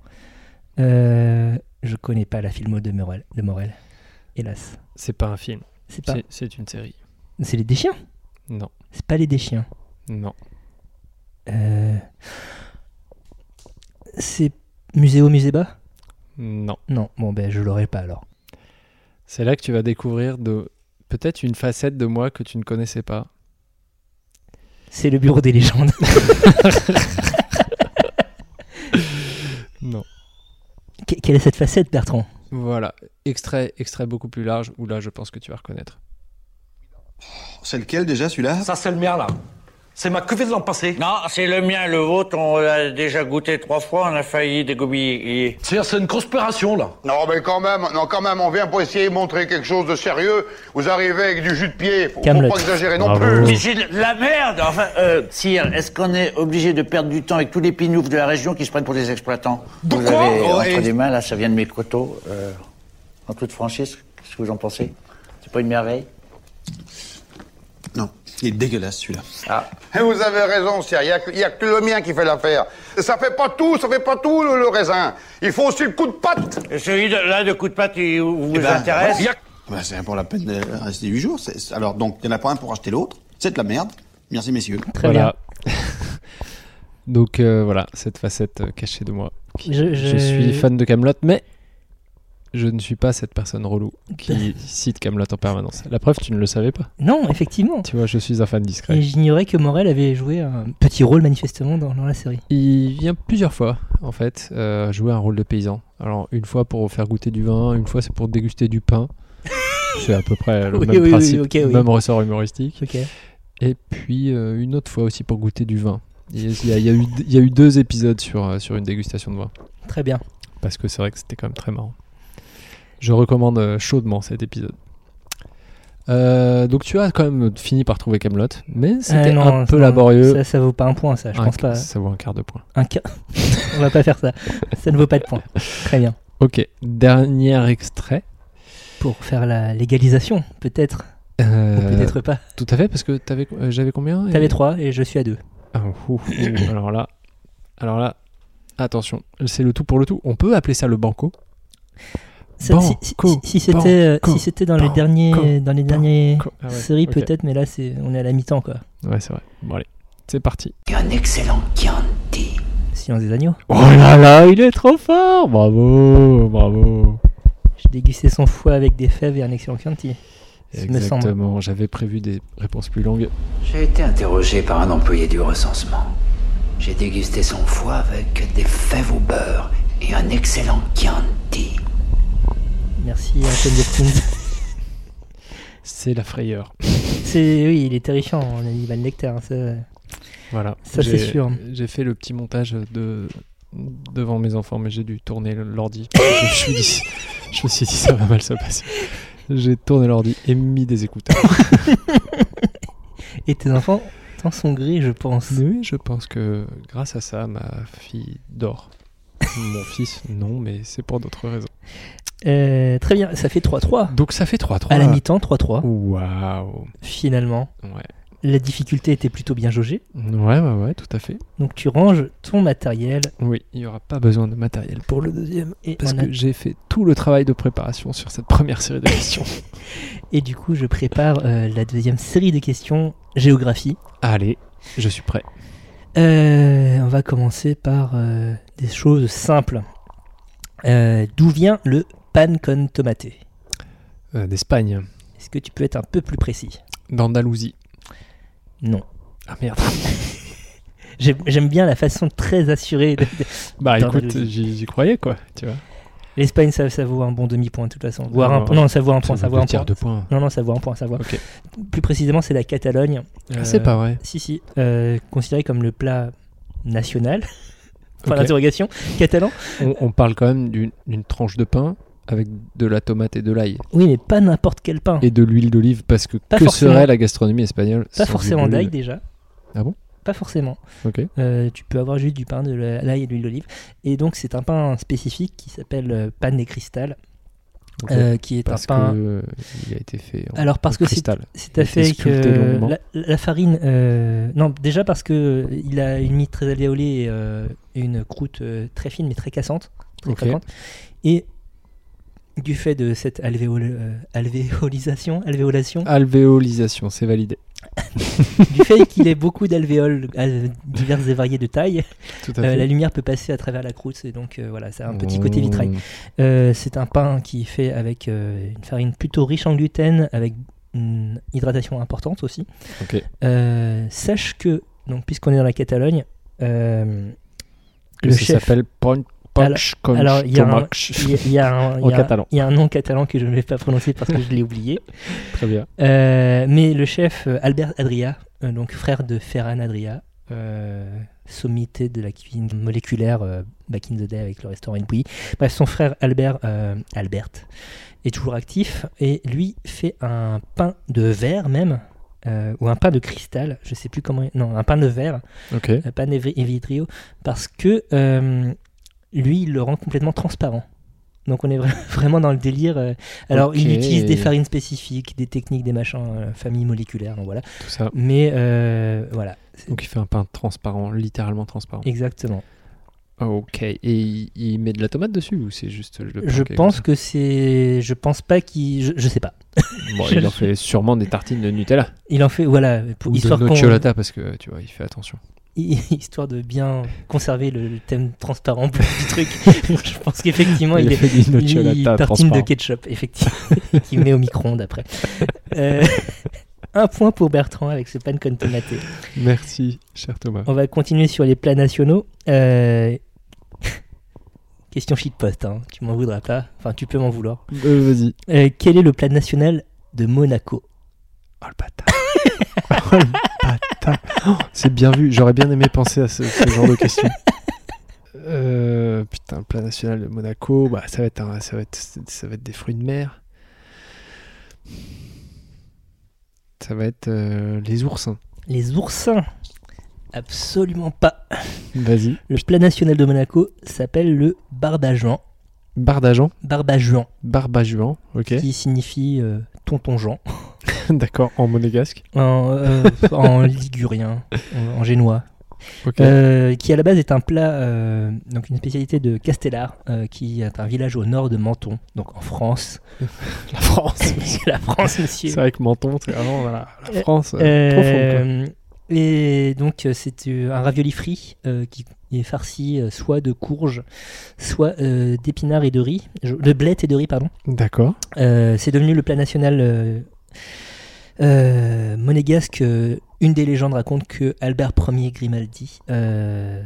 B: Euh, je connais pas la filmo de Morel, de Morel. hélas.
A: C'est pas un film,
B: C'est pas.
A: c'est- c'est une série.
B: C'est les déchiens.
A: Non,
B: C'est pas les déchiens.
A: non.
B: Euh, C'est Muséo Muséba
A: Non.
B: Non, bon ben je l'aurai pas alors.
A: C'est là que tu vas découvrir de peut-être une facette de moi que tu ne connaissais pas.
B: C'est le bureau des légendes.
A: *laughs* Non.
B: Que- Quelle est cette facette, Bertrand
A: Voilà, extrait, extrait beaucoup plus large où là, je pense que tu vas reconnaître.
G: C'est lequel déjà celui-là
F: Ça, c'est le mien, là. C'est ma cuvée de l'an passé.
C: Non, c'est le mien, le vôtre, on l'a déjà goûté trois fois, on a failli dégobiller.
F: C'est c'est une conspiration, là.
D: Non, mais quand même, non, quand même, on vient pour essayer de montrer quelque chose de sérieux. Vous arrivez avec du jus de pied. Faut, faut
B: Kaamelott.
D: Oh, pas exagérer non
A: Bravo.
D: plus.
C: Mais c'est de la merde Enfin, euh,
I: Sire, est-ce qu'on est obligé de perdre du temps avec tous les pinoufs de la région qui se prennent pour des exploitants Vous
G: Pourquoi
I: avez euh,
G: Oh,
I: entre
G: et-
I: les mains, là, ça vient de mes coteaux. euh, en toute franchise, qu'est-ce que vous en pensez C'est pas une merveille
G: Non, il est dégueulasse celui-là.
D: Et vous avez raison, Sire. Il y a, que- il y a que le mien qui fait l'affaire. Ça fait pas tout, ça fait pas tout, le, le raisin. Il faut aussi le coup de patte.
C: celui-là de coup de patte, il vous
G: Eh ben,
C: intéresse
G: voilà. Bah, c'est pour la peine de rester 8 jours. c'est- Alors donc, il n'y en a pas un pour acheter l'autre. C'est de la merde. Merci messieurs.
B: Très
A: Voilà. *laughs* Donc euh, voilà, cette facette euh, cachée de moi. qui-
B: Je-
A: Je,
B: je-
A: suis fan de Camelot, mais je ne suis pas cette personne relou qui cite Camelot en permanence. La preuve, tu ne le savais pas.
B: Non, effectivement.
A: Tu vois, je suis un fan
B: Et
A: discret.
B: j'ignorais que Morel avait joué un petit rôle manifestement dans, dans la série.
A: Il vient plusieurs fois, en fait, euh, jouer un rôle de paysan. Alors une fois pour faire goûter du vin, une fois c'est pour déguster du
B: *laughs*
A: pain. C'est à peu près le
B: Oui,
A: même
B: oui, oui,
A: principe,
B: ok, oui.
A: même ressort humoristique.
B: Ok.
A: Et puis euh, une autre fois aussi pour goûter du vin. Il y a, il y a eu, il y a eu deux épisodes sur, euh, sur une dégustation de vin.
B: Très bien.
A: parce que c'est vrai que c'était quand même très marrant. Je recommande euh, chaudement cet épisode. Euh, donc tu as quand même fini par trouver Camelot, mais c'était
B: Ah non,
A: un peu
B: ça-
A: laborieux.
B: Ça, ça vaut pas un point, ça. Je
A: Un-
B: pense pas.
A: Ça vaut un quart de point.
B: Un ca- *laughs* On va pas faire ça. Ça ne vaut pas de point. Très bien.
A: Ok, dernier extrait.
B: Pour faire la légalisation, peut-être.
A: Euh,
B: Ou peut-être pas.
A: Tout à fait, parce que t'avais- euh, j'avais combien et-
B: T'avais trois et je suis à deux.
A: Ah, ouh, ouh, *coughs* alors là, alors là, attention, c'est le tout pour le tout. On peut appeler ça le banco.
B: Ça,
A: Bon,
B: si si-
A: co-
B: si- si c'était euh,
A: co-
B: si c'était dans les
A: ban-
B: derniers
A: co-
B: dans les derniers
A: Co- ah ouais,
B: séries
A: ok.
B: peut-être, mais là c'est on est à la mi-temps quoi.
A: Ouais, c'est vrai. Bon allez, c'est parti.
E: Un excellent Chianti.
B: Silence des agneaux.
A: Oh là là, il est trop fort. Bravo, bravo.
B: J'ai dégusté son foie avec des fèves et un excellent Chianti. Il me semble.
A: Exactement, j'avais prévu des réponses plus longues.
E: J'ai été interrogé par un employé du recensement. J'ai dégusté son foie avec des fèves au beurre et un excellent Chianti.
B: Merci Anthony
A: *laughs*
B: Hopkins.
A: C'est la frayeur.
B: c'est oui, il est terrifiant, on a dit Van Lecter. hein, ça.
A: Voilà.
B: Ça,
A: J'ai-
B: c'est sûr.
A: J'ai fait le petit montage de devant mes enfants, mais j'ai dû tourner
B: *laughs*
A: l'ordi. je, me suis dit- je me suis dit, ça va mal se passer. J'ai tourné l'ordi et mis des écouteurs.
B: *laughs* Et tes enfants t'en sont gris, je pense.
A: Mais oui, je pense que grâce
B: *laughs*
A: à ça, ma fille dort. Mon fils, non, mais c'est pour d'autres raisons.
B: Euh, très bien, ça fait 3-3.
A: Donc ça fait 3-3.
B: À la mi-temps, 3-3.
A: Waouh.
B: Finalement,
A: Ouais.
B: la difficulté était plutôt bien jaugée.
A: Ouais, ouais, ouais, tout à fait.
B: Donc tu ranges ton matériel.
A: Oui, il n'y aura pas besoin de matériel pour le deuxième.
B: Et,
A: Parce
B: on a-
A: que j'ai fait tout le travail de préparation sur cette première série de
B: *laughs*
A: questions.
B: et du coup, je prépare euh, la deuxième série de questions géographie.
A: Allez, je suis prêt.
B: Euh, on va commencer par euh, des choses simples. Euh, D'où vient le pan con tomaté
A: Euh, D'Espagne,
B: Est-ce que tu peux être un peu plus précis
A: d'Andalousie.
B: Non.
A: Ah merde.
B: J'aime j'aime bien la façon très assurée. de- *laughs* de-
A: Bah écoute,
B: D'Andalousie.
A: j'y j'y croyais quoi, tu vois.
B: L'Espagne, ça, ça vaut un bon demi-point de toute façon. Voire un
A: Non,
B: point. Non, ça vaut un point. Ça,
A: Ça
B: vaut un point.
A: tiers de points.
B: Non, non, ça vaut un point. Ça vaut un-
A: Ok.
B: Plus précisément, c'est la Catalogne.
A: Ah, C'est
B: Euh,
A: pas vrai.
B: Si, si. Euh, considéré comme le plat national. *laughs* Point
A: Ok.
B: d'interrogation. Catalan
A: On, on parle quand même d'une d'une tranche de pain avec de la tomate et de l'ail
B: Oui, mais pas n'importe quel pain.
A: et de l'huile d'olive parce que
B: Pas
A: que
B: forcément.
A: serait la gastronomie espagnole sans
B: Pas
A: l'huile
B: forcément d'ail
A: d'olive
B: déjà.
A: Ah bon
B: Pas forcément.
A: Ok.
B: Euh, tu peux avoir juste du pain, de la- l'ail et de l'huile d'olive. Et donc, c'est un pain spécifique qui s'appelle euh, pan de cristal,
A: Ok.
B: euh, qui est
A: parce
B: un pain.
A: que il a été fait en,
B: Alors, parce
A: en
B: que c'est
A: cristal.
B: C'est
A: Il a
B: à
A: été
B: fait que
A: sculpté longuement.
B: la, la farine. euh, non, déjà parce que euh, il a une mie très alvéolée et euh, et une croûte euh, très fine mais très cassante, très
A: Ok.
B: craquante. Et du fait de cette alvéole, euh, alvéolisation, alvéolation,
A: Alvéolisation, c'est validé. Ah.
B: du fait qu'il ait beaucoup d'alvéoles euh, diverses et variées de taille,
A: Tout à
B: euh,
A: fait. Mmh.
B: la lumière peut passer à travers la croûte. Et donc euh, voilà, c'est un petit côté vitrail.
A: Mm.
B: Euh, c'est un pain qui est fait avec euh, une farine plutôt riche en gluten, avec une hydratation importante aussi.
A: Ok.
B: Euh, sache que, donc, puisqu'on est dans la Catalogne, euh,
A: Le
B: le
A: ça
B: chef.
A: s'appelle Ponch
B: Alors- alors, il y a un- Il y a- il y, a
A: *laughs*
B: un- il y
A: En
B: a un-
A: catalan.
B: il y a un nom catalan que je ne vais pas prononcer parce que je l'ai oublié.
A: Très bien.
B: Euh, mais le chef euh, Albert Adria, euh, donc frère de Ferran Adria, euh, sommité de la cuisine moléculaire euh, back in the day avec le restaurant Inpouilly. Bref, son frère Albert, euh, Albert est toujours actif et lui fait un pain de verre même, euh, ou un pain de cristal, je sais plus comment. Non, un pain de verre
A: Ok.
B: euh, pas Nevri- et Vitrio, parce que euh, lui, il le rend complètement transparent. Donc on est vra- *laughs* vraiment dans le délire. euh, alors il
A: Ok.
B: utilise des farines spécifiques, des techniques, des machins, euh, famille moléculaire, donc voilà.
A: Tout ça.
B: Mais euh, voilà, c'est-
A: Donc il fait un pain transparent, littéralement transparent.
B: exactement.
A: Ok. Et il, il met de la tomate dessus ou c'est juste euh, le pain
B: Je
A: qui est
B: pense
A: comme
B: que c'est, je pense pas qu'il, je, je sais pas.
A: ça Bon, il en fait sûrement des tartines de Nutella
B: Il en fait, voilà, pour,
A: ou de
B: histoire, qu'on-
A: nocciolata parce que tu vois, il fait attention.
B: *laughs* histoire de bien conserver le, le thème transparent *laughs* du
A: *laughs*
B: truc. je pense qu'effectivement il
A: il
B: est,
A: a fait des
B: Il- il
A: nocciolata
B: tartine de
A: transparents.
B: ketchup, effectivement, *laughs* qu'il met au micro-ondes après. Euh, *laughs* un point pour Bertrand avec ce pan con tomaté.
A: Merci, cher Thomas.
B: On va continuer sur les plats nationaux. Euh, *laughs* Question shitpost, hein. tu m'en voudras pas. Enfin, tu peux m'en vouloir.
A: Euh, Vas-y.
B: Euh, quel est le plat national de Monaco
A: Oh le bâtard. *laughs* oh le bâtard. Oh, c'est bien vu. J'aurais bien aimé penser à ce, ce genre de questions. *laughs* Euh, putain, le plat national de Monaco, bah, ça, va être un- ça, va être, ça va être des fruits de mer. Ça va être euh, les oursins.
B: Les oursins Absolument pas.
A: Vas-y.
B: Le plat national de Monaco s'appelle le barbageant.
A: Bardageant,
B: Barbageant,
A: barbajuan, ok.
B: qui signifie euh, tonton Jean.
A: *laughs*
B: *laughs*
A: D'accord, en monégasque.
B: en, euh,
A: *laughs*
B: en ligurien, en, en génois,
A: Ok.
B: Euh, qui à la base est un plat, euh, donc une spécialité de Castellar, euh, qui est un village au nord de Menton, donc
A: *laughs*
B: en France.
A: la France.
B: *laughs* C'est la France, monsieur.
A: c'est vrai que Menton, c'est vraiment voilà,
B: Euh,
A: la France. euh, trop fond,
B: Euh, et donc euh, c'est euh, un ravioli frit euh, qui est farci euh, soit de courge, soit euh, d'épinards et de riz, Je- de blettes et de riz, pardon.
A: quoi. D'accord.
B: Euh, c'est devenu le plat national euh, euh, monégasque. Euh, Une des légendes raconte que Albert Ier Grimaldi euh,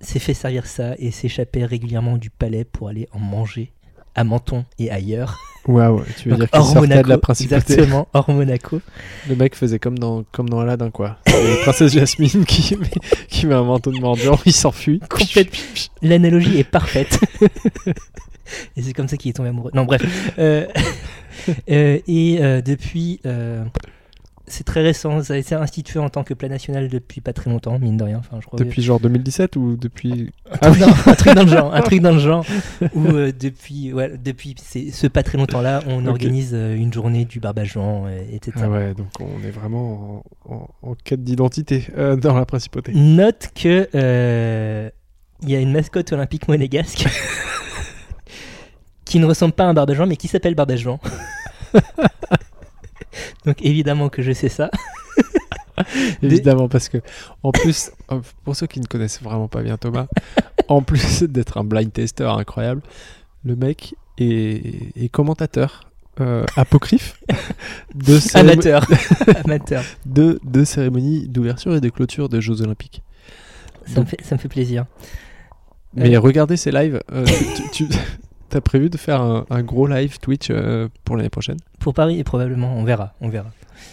B: s'est fait servir ça et s'échappait régulièrement du palais pour aller en manger à Menton et ailleurs.
A: Waouh, tu veux
B: Donc,
A: dire qu'il sortait de la principauté.
B: exactement, hors Monaco.
A: Le mec faisait comme dans, comme dans Aladdin, quoi. C'est princesse Jasmine qui *laughs* met, qui met un manteau de mendiant, il s'enfuit.
B: Complète- L'analogie est parfaite. *laughs* et c'est comme ça *laughs* qu'il est tombé amoureux. Non, bref. Euh, euh, et euh, depuis, euh, c'est très récent, ça a été institué en tant que plat national depuis pas très longtemps, mine de rien. Enfin, je crois
A: Depuis genre 2017 ou depuis.
B: un, truc dans, un truc dans le genre, un truc dans le genre, où euh, depuis, ouais, depuis c'est- ce pas très longtemps-là, on
A: Ok.
B: organise euh, une journée du barbageant, euh, etc.
A: Ah ouais, donc on est vraiment en, en- en quête d'identité euh, dans la principauté.
B: Note que euh, il y a une mascotte olympique monégasque qui ne ressemble pas à un barbageant, mais qui s'appelle *laughs* barbageant. Donc évidemment que je sais ça.
A: Évidemment, parce que, en plus, euh, pour ceux qui ne connaissent vraiment pas bien
B: *laughs*
A: Thomas, en plus d'être un blind tester incroyable, le mec est, est commentateur euh,
B: *laughs*
A: apocryphe de, cérémo-
B: Amateur. *laughs* Amateur.
A: de, de cérémonies d'ouverture et de clôture de Jeux Olympiques.
B: Ça, me
A: Donc-
B: fait, ça me fait plaisir.
A: Mais
B: Euh.
A: regardez ces lives. euh, tu, *laughs* as prévu de faire un, un gros live Twitch euh, pour l'année prochaine
B: Pour Paris, probablement, on verra, on verra.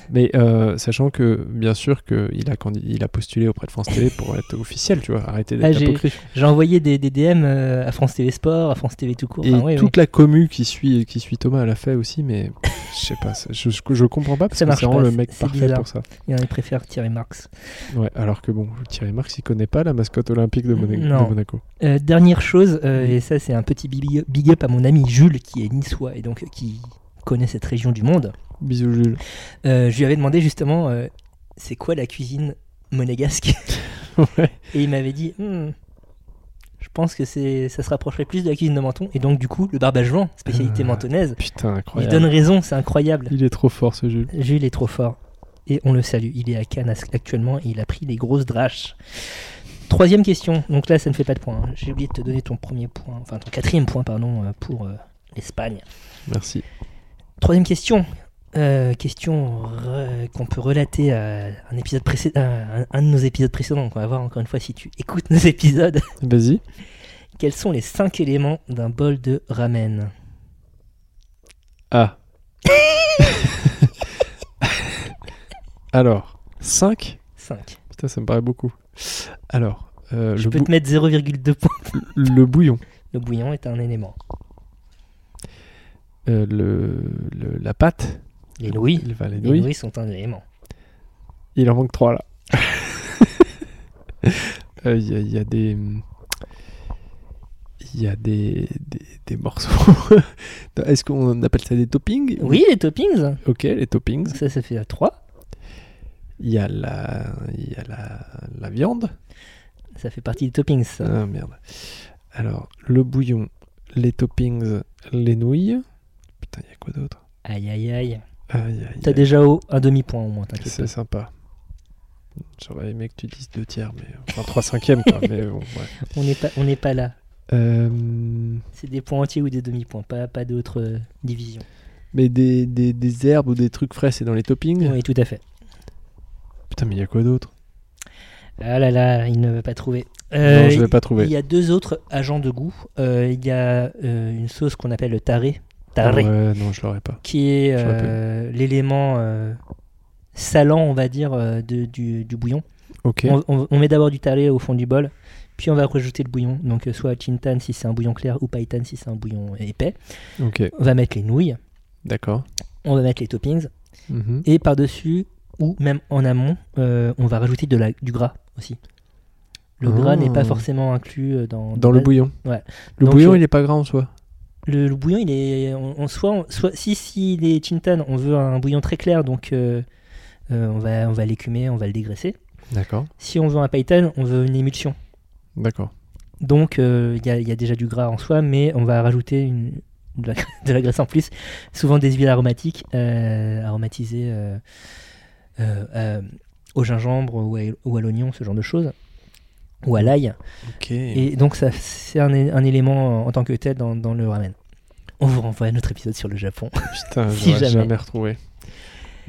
A: Mais euh, sachant que, bien sûr, qu'il a, candi- il a postulé auprès de France Télé pour être officiel, tu vois, arrêter
B: Ah,
A: d'être
B: j'ai-
A: apocryphe.
B: J'ai envoyé des, des DM euh, à France TV Sport, à France TV tout court.
A: Et
B: Enfin, ouais, ouais.
A: toute la commu qui suit, qui suit Thomas l'a fait aussi, mais *laughs* je sais pas, ça- je, je, je comprends pas parce
B: Ça
A: que
B: marche
A: c'est vraiment
B: pas,
A: le
B: c'est-
A: mec
B: c'est
A: parfait
B: bizarre.
A: pour ça.
B: Il y en a qui préfèrent Thierry Marx.
A: Ouais, alors que bon, Thierry Marx, il connaît pas la mascotte olympique de, Moné- de
B: Non.
A: Monaco.
B: Euh, dernière chose, euh, et ça c'est un petit big big up à mon ami Jules qui est niçois et donc euh, qui connaît cette région du monde.
A: Bisous,
B: *laughs*
A: Jules.
B: Euh, je lui avais demandé justement euh, c'est quoi la cuisine monégasque *laughs*
A: Ouais.
B: et il m'avait dit Hmm, je pense que c'est ça se rapprocherait plus de la cuisine de Menton et donc du coup le barbajouan, spécialité
A: Ah,
B: mentonaise,
A: Putain,
B: il
A: incroyable.
B: donne raison, c'est incroyable.
A: Il est trop fort ce Jules.
B: Jules est trop fort. Et on le salue. Il est à Cannes as- actuellement et il a pris des grosses draches. Troisième question. Donc là, ça ne fait pas de point. hein. J'ai oublié de te donner ton premier point. Enfin, ton quatrième point, pardon, euh, pour euh, l'Espagne.
A: Merci.
B: Troisième question. Euh, question re- qu'on peut relater à un, épisode précé- à un, un de nos épisodes précédents. Donc on va voir encore une fois si tu écoutes nos *laughs* épisodes.
A: Vas-y.
B: Quels sont les cinq éléments d'un bol de ramen *laughs*
A: Ah. alors, 5
B: 5.
A: Putain, ça me paraît beaucoup. Alors, euh,
B: Je
A: le,
B: peux
A: bou-
B: te mettre 0,2 points. *laughs*
A: le bouillon,
B: Le bouillon est un élément.
A: euh, le, le- la pâte,
B: Les nouilles.
A: le- enfin, les
B: Les
A: nouilles.
B: nouilles sont un élément.
A: il en manque trois
B: *laughs*
A: là. Euh, Il y, a- il y a des. hum, Il y a des, des, des morceaux. *laughs* Est-ce qu'on appelle ça des toppings
B: Oui, les toppings.
A: Ok, les toppings.
B: Ça, ça fait 3.
A: Il y a la, il y a la, la viande.
B: Ça fait partie des toppings. ça.
A: Ah merde. Alors, le bouillon, les toppings, les nouilles. Putain, il y a quoi d'autre Ah,
B: Aïe, aïe, aïe.
A: Aïe, aïe,
B: T'as
A: aïe.
B: déjà au- un demi-point au moins, t'inquiète
A: Ah, C'est sympa. J'aurais aimé que tu dises deux tiers, mais enfin trois cinquièmes,
B: *laughs*
A: quoi. mais bon, ouais.
B: pas. On n'est pas, on n'est pas là.
A: Euh,
B: C'est des points entiers ou des demi-points, pas, pas d'autres euh, divisions.
A: mais des, des, des herbes ou des trucs frais, c'est dans les toppings.
B: Oui, tout à fait.
A: Putain, mais il y a quoi d'autre
B: Ah là là, il ne veut pas trouver. Euh,
A: Non, je vais pas
B: Il
A: trouver.
B: y a deux autres agents de goût. Euh, il y a euh, une sauce qu'on appelle le taré, taré
A: Ouais, non, je l'aurais pas.
B: qui est
A: Je l'aurais pas
B: euh, l'élément euh, salant, on va dire, euh, de- du, du bouillon.
A: Ok.
B: On, on- on met d'abord du taré au fond du bol, puis on va rajouter le bouillon. Donc euh, soit chintan si c'est un bouillon clair ou paitan si c'est un bouillon épais.
A: Ok.
B: On va mettre les nouilles,
A: D'accord.
B: on va mettre les toppings
A: Mhm.
B: et par-dessus ou même en amont, euh, on va rajouter de la, du gras aussi. Le gras
A: Ah.
B: n'est pas forcément inclus euh, dans,
A: Dans le
B: la-
A: bouillon.
B: Ouais.
A: Le
B: Donc,
A: bouillon,
B: je-
A: il est pas gras en soi.
B: Le, le bouillon, il est on, on- soit, on- soit si si les chintan, on veut un bouillon très clair, donc euh, euh, on va on va l'écumer, on va le dégraisser.
A: D'accord.
B: Si on veut un paitan, on veut une émulsion.
A: D'accord.
B: Donc, euh, il y, a- il y a déjà du gras en soi, mais on va rajouter une- de, la, *laughs* de la graisse en plus. Souvent des huiles aromatiques, euh, aromatisées euh, euh, euh, au gingembre ou à, ou à l'oignon, ce genre de choses, ou à l'ail.
A: Ok.
B: Et donc, ça, c'est un, é- un élément en tant que tel dans, dans le ramen. On vous renvoie à notre épisode sur le Japon.
A: Putain,
B: Si
A: j'aurais
B: jamais.
A: jamais retrouvé.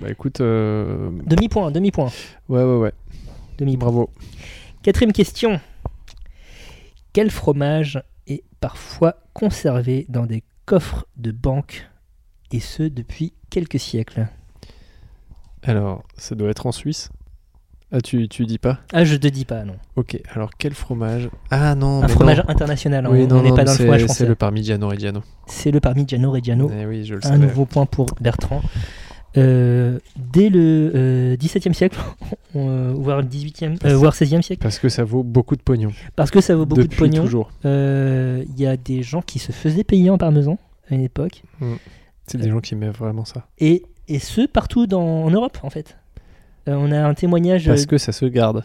A: Bah écoute, euh,
B: Demi-point, demi-point,
A: ouais, ouais, ouais.
B: demi-point.
A: Bravo.
B: Quatrième question. Quel fromage est parfois conservé dans des coffres de banque et ce depuis quelques siècles
A: Alors, ça doit être en Suisse. Ah, tu, tu dis pas
B: Ah, je te dis pas, non.
A: Ok, alors quel fromage Ah non,
B: Un
A: mais
B: fromage
A: non.
B: international, hein,
A: Oui,
B: on-
A: non,
B: on n'est
A: non,
B: pas
A: mais
B: dans le
A: c'est-
B: fromage
A: C'est
B: français.
A: le Parmigiano Reggiano.
B: C'est le parmigiano Reggiano.
A: Eh oui, je le
B: Un
A: savais.
B: nouveau point pour Bertrand. euh, dès le euh, 17e siècle, *laughs* on, euh, voire le 18e, euh, voire 16e siècle,
A: Parce que ça vaut beaucoup de pognon.
B: parce que ça vaut beaucoup
A: Depuis
B: de pognon.
A: toujours.
B: Euh, Il y a des gens qui se faisaient payer en parmesan à une époque,
A: C'est
B: Euh,
A: des gens qui aiment vraiment ça.
B: et, et ce partout dans, en Europe en fait. Euh, on a un témoignage euh,
A: Parce que ça se garde.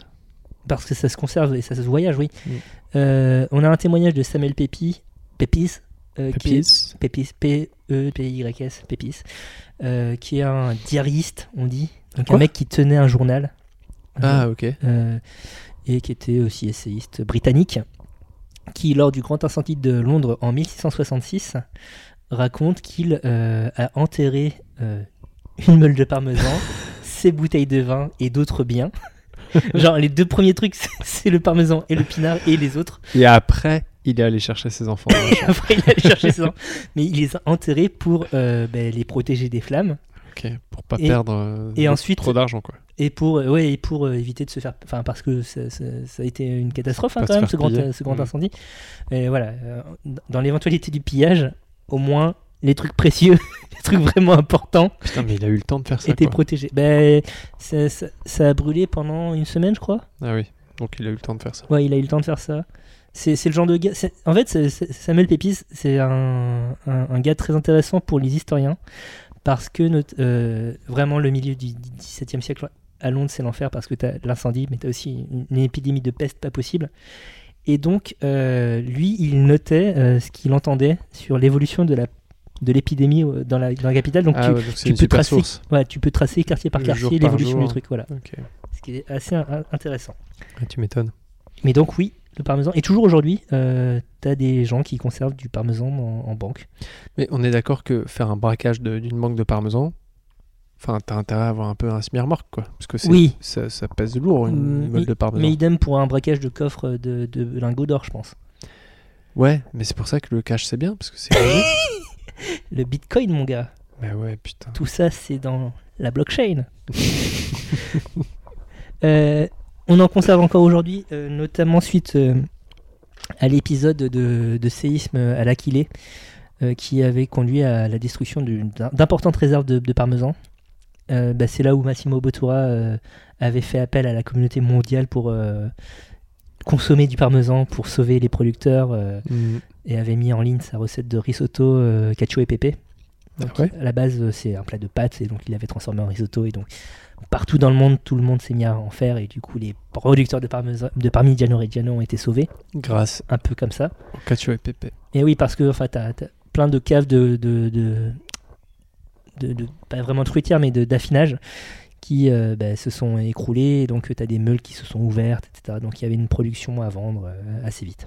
B: parce que ça se conserve et ça se voyage, oui.
A: Mm.
B: Euh, on a un témoignage de Samuel Pépi, Pépis, euh, qui est- E
A: Pépis.
B: Pépis, P-E-P-Y-S, Pépis, euh, qui est un diariste, on dit, donc
A: Quoi
B: un mec qui tenait un journal
A: Ah, ok.
B: euh, et qui était aussi essayiste britannique, qui, lors du grand incendie de Londres en 1666, raconte qu'il euh, a enterré euh, une meule de parmesan, ses bouteilles de vin et d'autres biens. Genre, les deux premiers trucs, *laughs* c'est- c'est le parmesan et le pinard et les autres.
A: Et après, il est allé chercher ses
B: *coughs*
A: enfants. dans la chambre.
B: Après, il allait chercher ça. Mais il les a enterrés pour euh, ben, les protéger des flammes
A: ok, pour pas
B: Et-
A: perdre euh,
B: et ensuite-
A: trop d'argent, quoi.
B: et pour, euh, ouais, et pour euh, éviter de se faire. Enfin, parce que ça, ça- ça a été une catastrophe hein,
A: Pas
B: quand
A: se
B: même,
A: faire
B: ce grand,
A: piller.
B: ce grand
A: Mm.
B: incendie. Et voilà, euh, dans l'éventualité du pillage, au moins les trucs précieux, *laughs* les trucs vraiment importants
A: Putain, mais il a eu le temps de faire ça.
B: étaient
A: quoi.
B: protégés. Ben, ça, ça- ça a brûlé pendant une semaine, je crois.
A: Ah oui, donc il a eu le temps de faire ça.
B: Ouais, il a eu le temps de faire ça. C'est c'est le genre de gars. c'est- En fait, c'est- c'est- Samuel Pépis, c'est un, un- un gars très intéressant pour les historiens parce que notre- euh, vraiment le milieu du XVIIe siècle à Londres, c'est l'enfer parce que tu as l'incendie, mais tu as aussi une, une épidémie de peste pas possible. Et donc, euh, lui, il notait euh, ce qu'il entendait sur l'évolution de la de l'épidémie euh, dans la, dans la capitale. Donc,
A: ah,
B: tu,
A: ouais, donc c'est
B: tu
A: une
B: peux
A: super
B: tracer,
A: source.
B: ouais, tu peux tracer quartier par
A: Le
B: quartier
A: jour par
B: l'évolution du
A: jour.
B: truc. Voilà,
A: Ok,
B: ce qui est assez in- intéressant.
A: Ah, tu m'étonnes.
B: Mais donc oui, le parmesan. Et toujours aujourd'hui, euh, t'as des gens qui conservent du parmesan en, en banque.
A: Mais on est d'accord que faire un braquage de- d'une banque de parmesan, enfin, t'as intérêt à avoir un peu un smirmorque, quoi. Parce que c'est-
B: Oui.
A: ça, ça pèse lourd, une
B: Mm,
A: meule
B: i-
A: de parmesan.
B: Mais idem pour un braquage de coffre de, de lingots d'or, je pense.
A: Ouais, mais c'est pour ça que le cash, c'est bien, parce que c'est. *coughs*
B: *coughs*
A: léger.
B: Le bitcoin, mon gars.
A: mais ouais, putain.
B: Tout ça, c'est dans la blockchain. *laughs* Euh, on en conserve encore aujourd'hui, euh, notamment suite euh, à l'épisode de, de séisme à l'Aquilée, euh, qui avait conduit à la destruction d'une- d'un- d'importantes réserves de, de parmesan. Euh, bah, c'est là où Massimo Bottura euh, avait fait appel à la communauté mondiale pour euh, consommer du parmesan pour sauver les producteurs euh,
A: Mm.
B: et avait mis en ligne sa recette de risotto euh, cacio et pépé.
A: Ah
B: Donc,
A: ouais
B: À la base, euh, c'est un plat de pâtes et donc il l'avait transformé en risotto. Et donc, partout dans le monde, tout le monde s'est mis à en faire. Et du coup, les producteurs de, parmesan, de Parmigiano Reggiano ont été sauvés,
A: Grâce
B: un peu comme ça.
A: au cacio et pépé.
B: Et oui, parce que enfin, t'as t'as plein de caves de. de, de- de- de- pas vraiment de fruitières, mais de- d'affinage qui euh, bah, se sont écroulées. Et donc, tu as des meules qui se sont ouvertes, etc. Donc, il y avait une production à vendre euh, assez vite.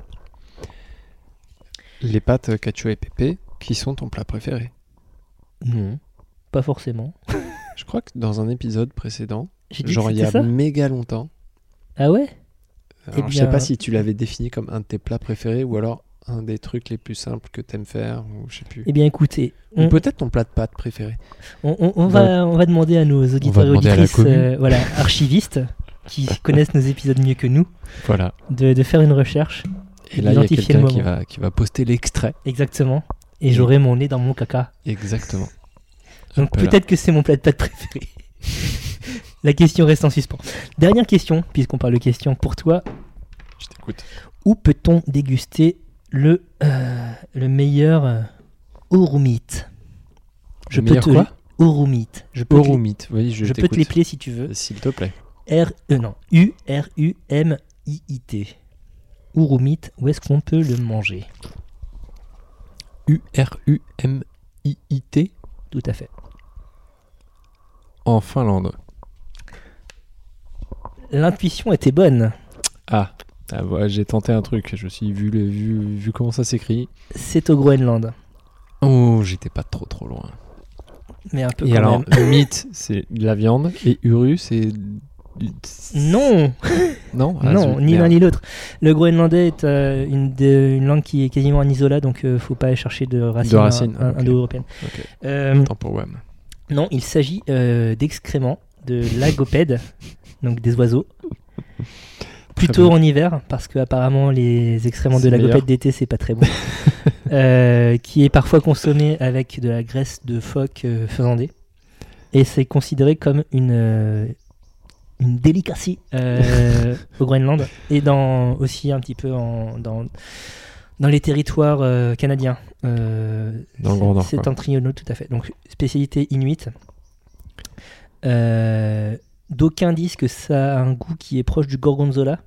A: Les pâtes cacio et pépé, qui sont ton plat préféré
B: Non, pas forcément.
A: Je crois que dans un épisode précédent,
B: J'ai dit
A: genre
B: que
A: il y
B: c'était
A: a
B: ça
A: méga longtemps,
B: Ah ouais
A: alors
B: Eh
A: je sais
B: bien-
A: pas si tu l'avais défini comme un de tes plats préférés ou alors un des trucs les plus simples que t'aimes faire, ou je sais plus.
B: Eh bien, écoutez, on,
A: Ou peut-être ton plat de pâtes préféré.
B: On, on- on va, on va demander à nos auditeurs et
A: demander à la
B: auditrices,
A: commune.
B: euh, voilà, archivistes, qui
A: *laughs*
B: connaissent nos épisodes mieux que nous,
A: Voilà.
B: de, de faire une recherche.
A: Et là, il y a
B: Identifier
A: quelqu'un
B: le
A: qui
B: moment.
A: va, qui va poster l'extrait.
B: Exactement.
A: Mm.
B: Et j'aurai mon nez dans mon caca.
A: Exactement.
B: Donc
A: Voilà.
B: peut-être que c'est mon plat de pâtes préféré. *laughs* la question reste en suspens. Dernière question, puisqu'on parle de questions, pour toi,
A: Je t'écoute.
B: où peut-on déguster le, euh, le meilleur euh, orumite
A: Le meilleur quoi
B: Orumite. Je peux, te,
A: Orumite. Oui, je,
B: je peux te
A: t'écoute.
B: l'épeler si tu veux.
A: S'il te plaît.
B: R euh, non, U R U M I I T. Urumit, où est-ce qu'on peut le manger
A: U-R-U-M-I-I-T
B: Tout à fait.
A: en Finlande.
B: L'intuition était bonne.
A: Ah, ah, voilà, j'ai tenté un truc. Je me suis dit, vu, le- vu, vu comment ça s'écrit.
B: C'est au Groenland,
A: Oh, j'étais pas trop trop loin.
B: mais un peu
A: Et
B: quand
A: alors,
B: même.
A: mythe, c'est de la viande. Et uru, c'est. du-
B: Non,
A: Non, Ah,
B: non,
A: zut,
B: ni l'un
A: merde.
B: ni l'autre. Le groenlandais est euh, une, des- une langue qui est quasiment un isola, donc euh, faut pas chercher de racines,
A: racines,
B: in- in-
A: ok.
B: indo-européennes.
A: Ok.
B: Euh,
A: Tant pour Wham.
B: non, il s'agit euh, d'excréments de
A: *laughs*
B: lagopèdes, donc des oiseaux. Plutôt
A: bien.
B: en hiver, parce que apparemment les excréments de
A: C'est meilleur.
B: lagopèdes d'été, c'est pas très
A: *laughs*
B: bon. Euh, qui est parfois consommé avec de la graisse de phoque euh, faisandée. Et c'est considéré comme une, euh, une délicatie euh, au Groenland et dans, aussi un petit peu en- dans, dans les territoires euh, canadiens. Euh,
A: Dans le
B: c'est-
A: Grand Nord,
B: C'est
A: quoi.
B: un triono tout à fait. Donc spécialité inuite. Euh, D'aucuns disent que ça a un goût qui est proche du gorgonzola.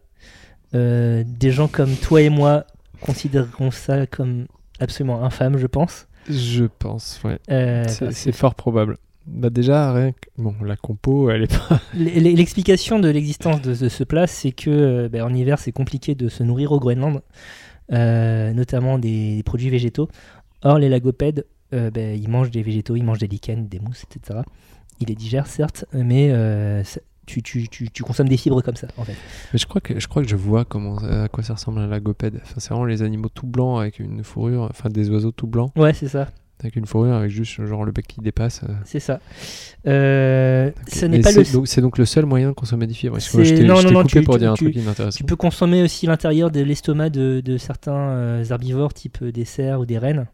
B: Euh, des gens comme toi et moi considéreront ça comme absolument infâme, je pense.
A: Je pense, ouais.
B: Euh,
A: C'est-
B: parce
A: c'est fort probable. Bah déjà, rien que- Bon, la compo, elle est pas... *laughs*
B: L- l- L'explication de l'existence de, de ce plat, c'est que euh, ben, en hiver, c'est compliqué de se nourrir au Groenland, euh, notamment des, des produits végétaux. Or, les lagopèdes, euh, ben, ils mangent des végétaux, ils mangent des lichens, des mousses, etc. Ils les digèrent, certes, mais euh, ça- tu, tu- tu- tu consommes des fibres comme ça, en fait.
A: Mais je crois que je, crois que je vois comment, euh, à quoi ça ressemble un lagopède. Enfin, c'est vraiment les animaux tout blancs avec une fourrure, enfin des oiseaux tout blancs
B: Ouais, c'est ça.
A: avec une fourrure avec juste genre le bec qui dépasse. euh.
B: C'est ça. Euh, Ce n'est
A: Mais
B: pas
A: c'est
B: le...
A: donc- C'est donc le seul moyen de consommer des fibres. Excuse-moi,
B: C'est-
A: je t'ai-
B: non,
A: je
B: non,
A: t'ai
B: non,
A: coupé
B: tu-
A: pour
B: tu-
A: dire un
B: tu-
A: truc inintéressant.
B: Tu peux consommer aussi l'intérieur de l'estomac de, de certains euh, herbivores, type euh, des cerfs ou des rennes.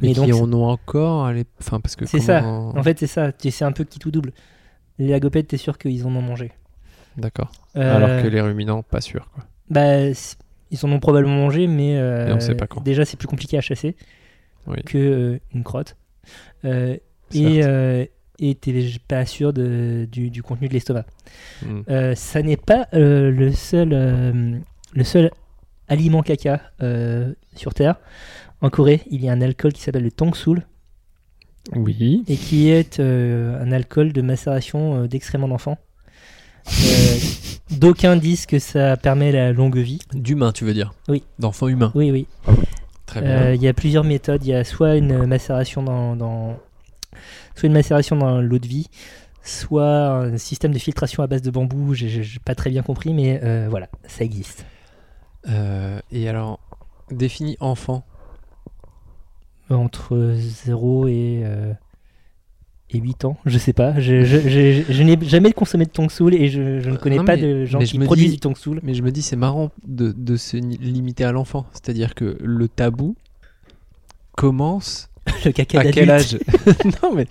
A: Mais
B: Mais
A: qui
B: donc-
A: en ont encore à l'ép- Enfin, parce que
B: C'est
A: comment-
B: ça. En fait, c'est ça. Tu- C'est un peu qui tout double. Les lagopèdes, t'es sûr qu'ils en ont mangé.
A: D'accord.
B: Euh,
A: Alors que les ruminants, pas sûr. Quoi.
B: Bah, c- ils en ont probablement mangé, mais euh,
A: Et on sait pas quand.
B: déjà, c'est plus compliqué à chasser
A: Oui.
B: que euh, une crotte. Euh, et
A: Certes.
B: euh, et t'es pas sûr de- du, du contenu de l'estomac.
A: Mm.
B: Euh, ça n'est pas euh, le seul euh, le seul aliment caca euh, sur Terre. En Corée, il y a un alcool qui s'appelle le tongsul
A: Oui.
B: et qui est euh, un alcool de macération euh, d'excréments d'enfants. Euh, D'aucuns disent que ça permet la longue vie.
A: D'humains, tu veux dire
B: Oui.
A: D'enfants humains.
B: Oui, oui.
A: Très bien.
B: Euh, Il y a plusieurs méthodes. Il y a soit une macération dans, dans- soit une macération dans l'eau de vie, soit un système de filtration à base de bambou. J'ai- J'ai j'ai pas très bien compris, mais euh, voilà, ça existe.
A: Euh, et alors, défini enfant.
B: Entre 0 et, euh, et 8 ans, je sais pas. Je, je- je- je- je n'ai jamais consommé de tongsoul et je, je ne connais
A: Non,
B: pas
A: mais-
B: de gens
A: mais
B: qui
A: je me
B: produisent
A: dis-
B: du tongsoul.
A: Mais je me dis, c'est marrant de, de se ni- limiter à l'enfant. C'est-à-dire que le tabou commence
B: Le caca
A: à
B: d'adulte.
A: quel âge *laughs* Non, mais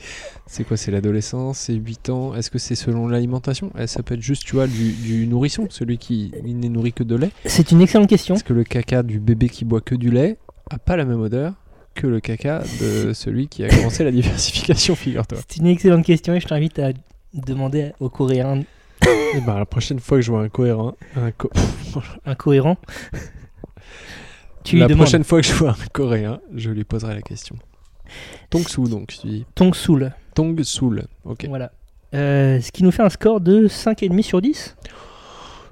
A: c'est quoi C'est l'adolescence C'est 8 ans Est-ce que c'est selon l'alimentation Eh, Ça peut être juste, tu vois, du, du nourrisson, celui qui il n'est nourri que de lait.
B: C'est une excellente question.
A: Parce que le caca du bébé qui boit que du lait a pas la même odeur que le caca *laughs* de celui qui a commencé la diversification, figure-toi.
B: C'est une excellente question et je t'invite à demander aux Coréens
A: Et bah, la prochaine fois que je vois un cohérent, un co-
B: incohérents. tu lui
A: la
B: demandes
A: prochaine fois que je vois un coréen, je lui poserai la question. Tong Su, donc, tu dis.
B: tongsoul.
A: Tong Soul, ok.
B: Voilà. Euh, ce qui nous fait un score de 5,5 sur 10.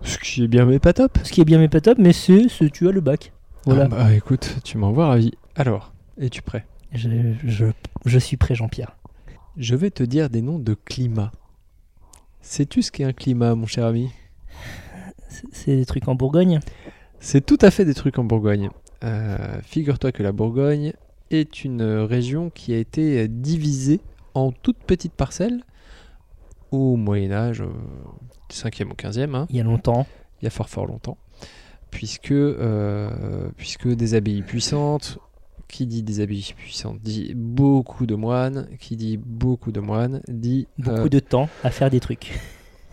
A: Ce qui est bien, mais pas top.
B: Ce qui est bien mais pas top, mais c'est ce tu as le bac. Voilà.
A: Ah bah écoute, tu m'envoies ravi. Alors, es-tu prêt
B: je, je- je suis prêt, Jean-Pierre.
A: Je vais te dire des noms de climats. Sais-tu ce qu'est un climat, mon cher ami
B: C'est- C'est des trucs en Bourgogne.
A: C'est tout à fait des trucs en Bourgogne. Euh, Figure-toi que la Bourgogne est une région qui a été euh, divisée en toutes petites parcelles au Moyen Âge, euh, 5e ou 15e. hein.
B: Il y a longtemps.
A: il y a fort fort longtemps, puisque, euh, puisque des abbayes puissantes, qui dit des abbayes puissantes dit beaucoup de moines, qui dit beaucoup de moines dit euh,
B: Beaucoup de temps à faire des trucs.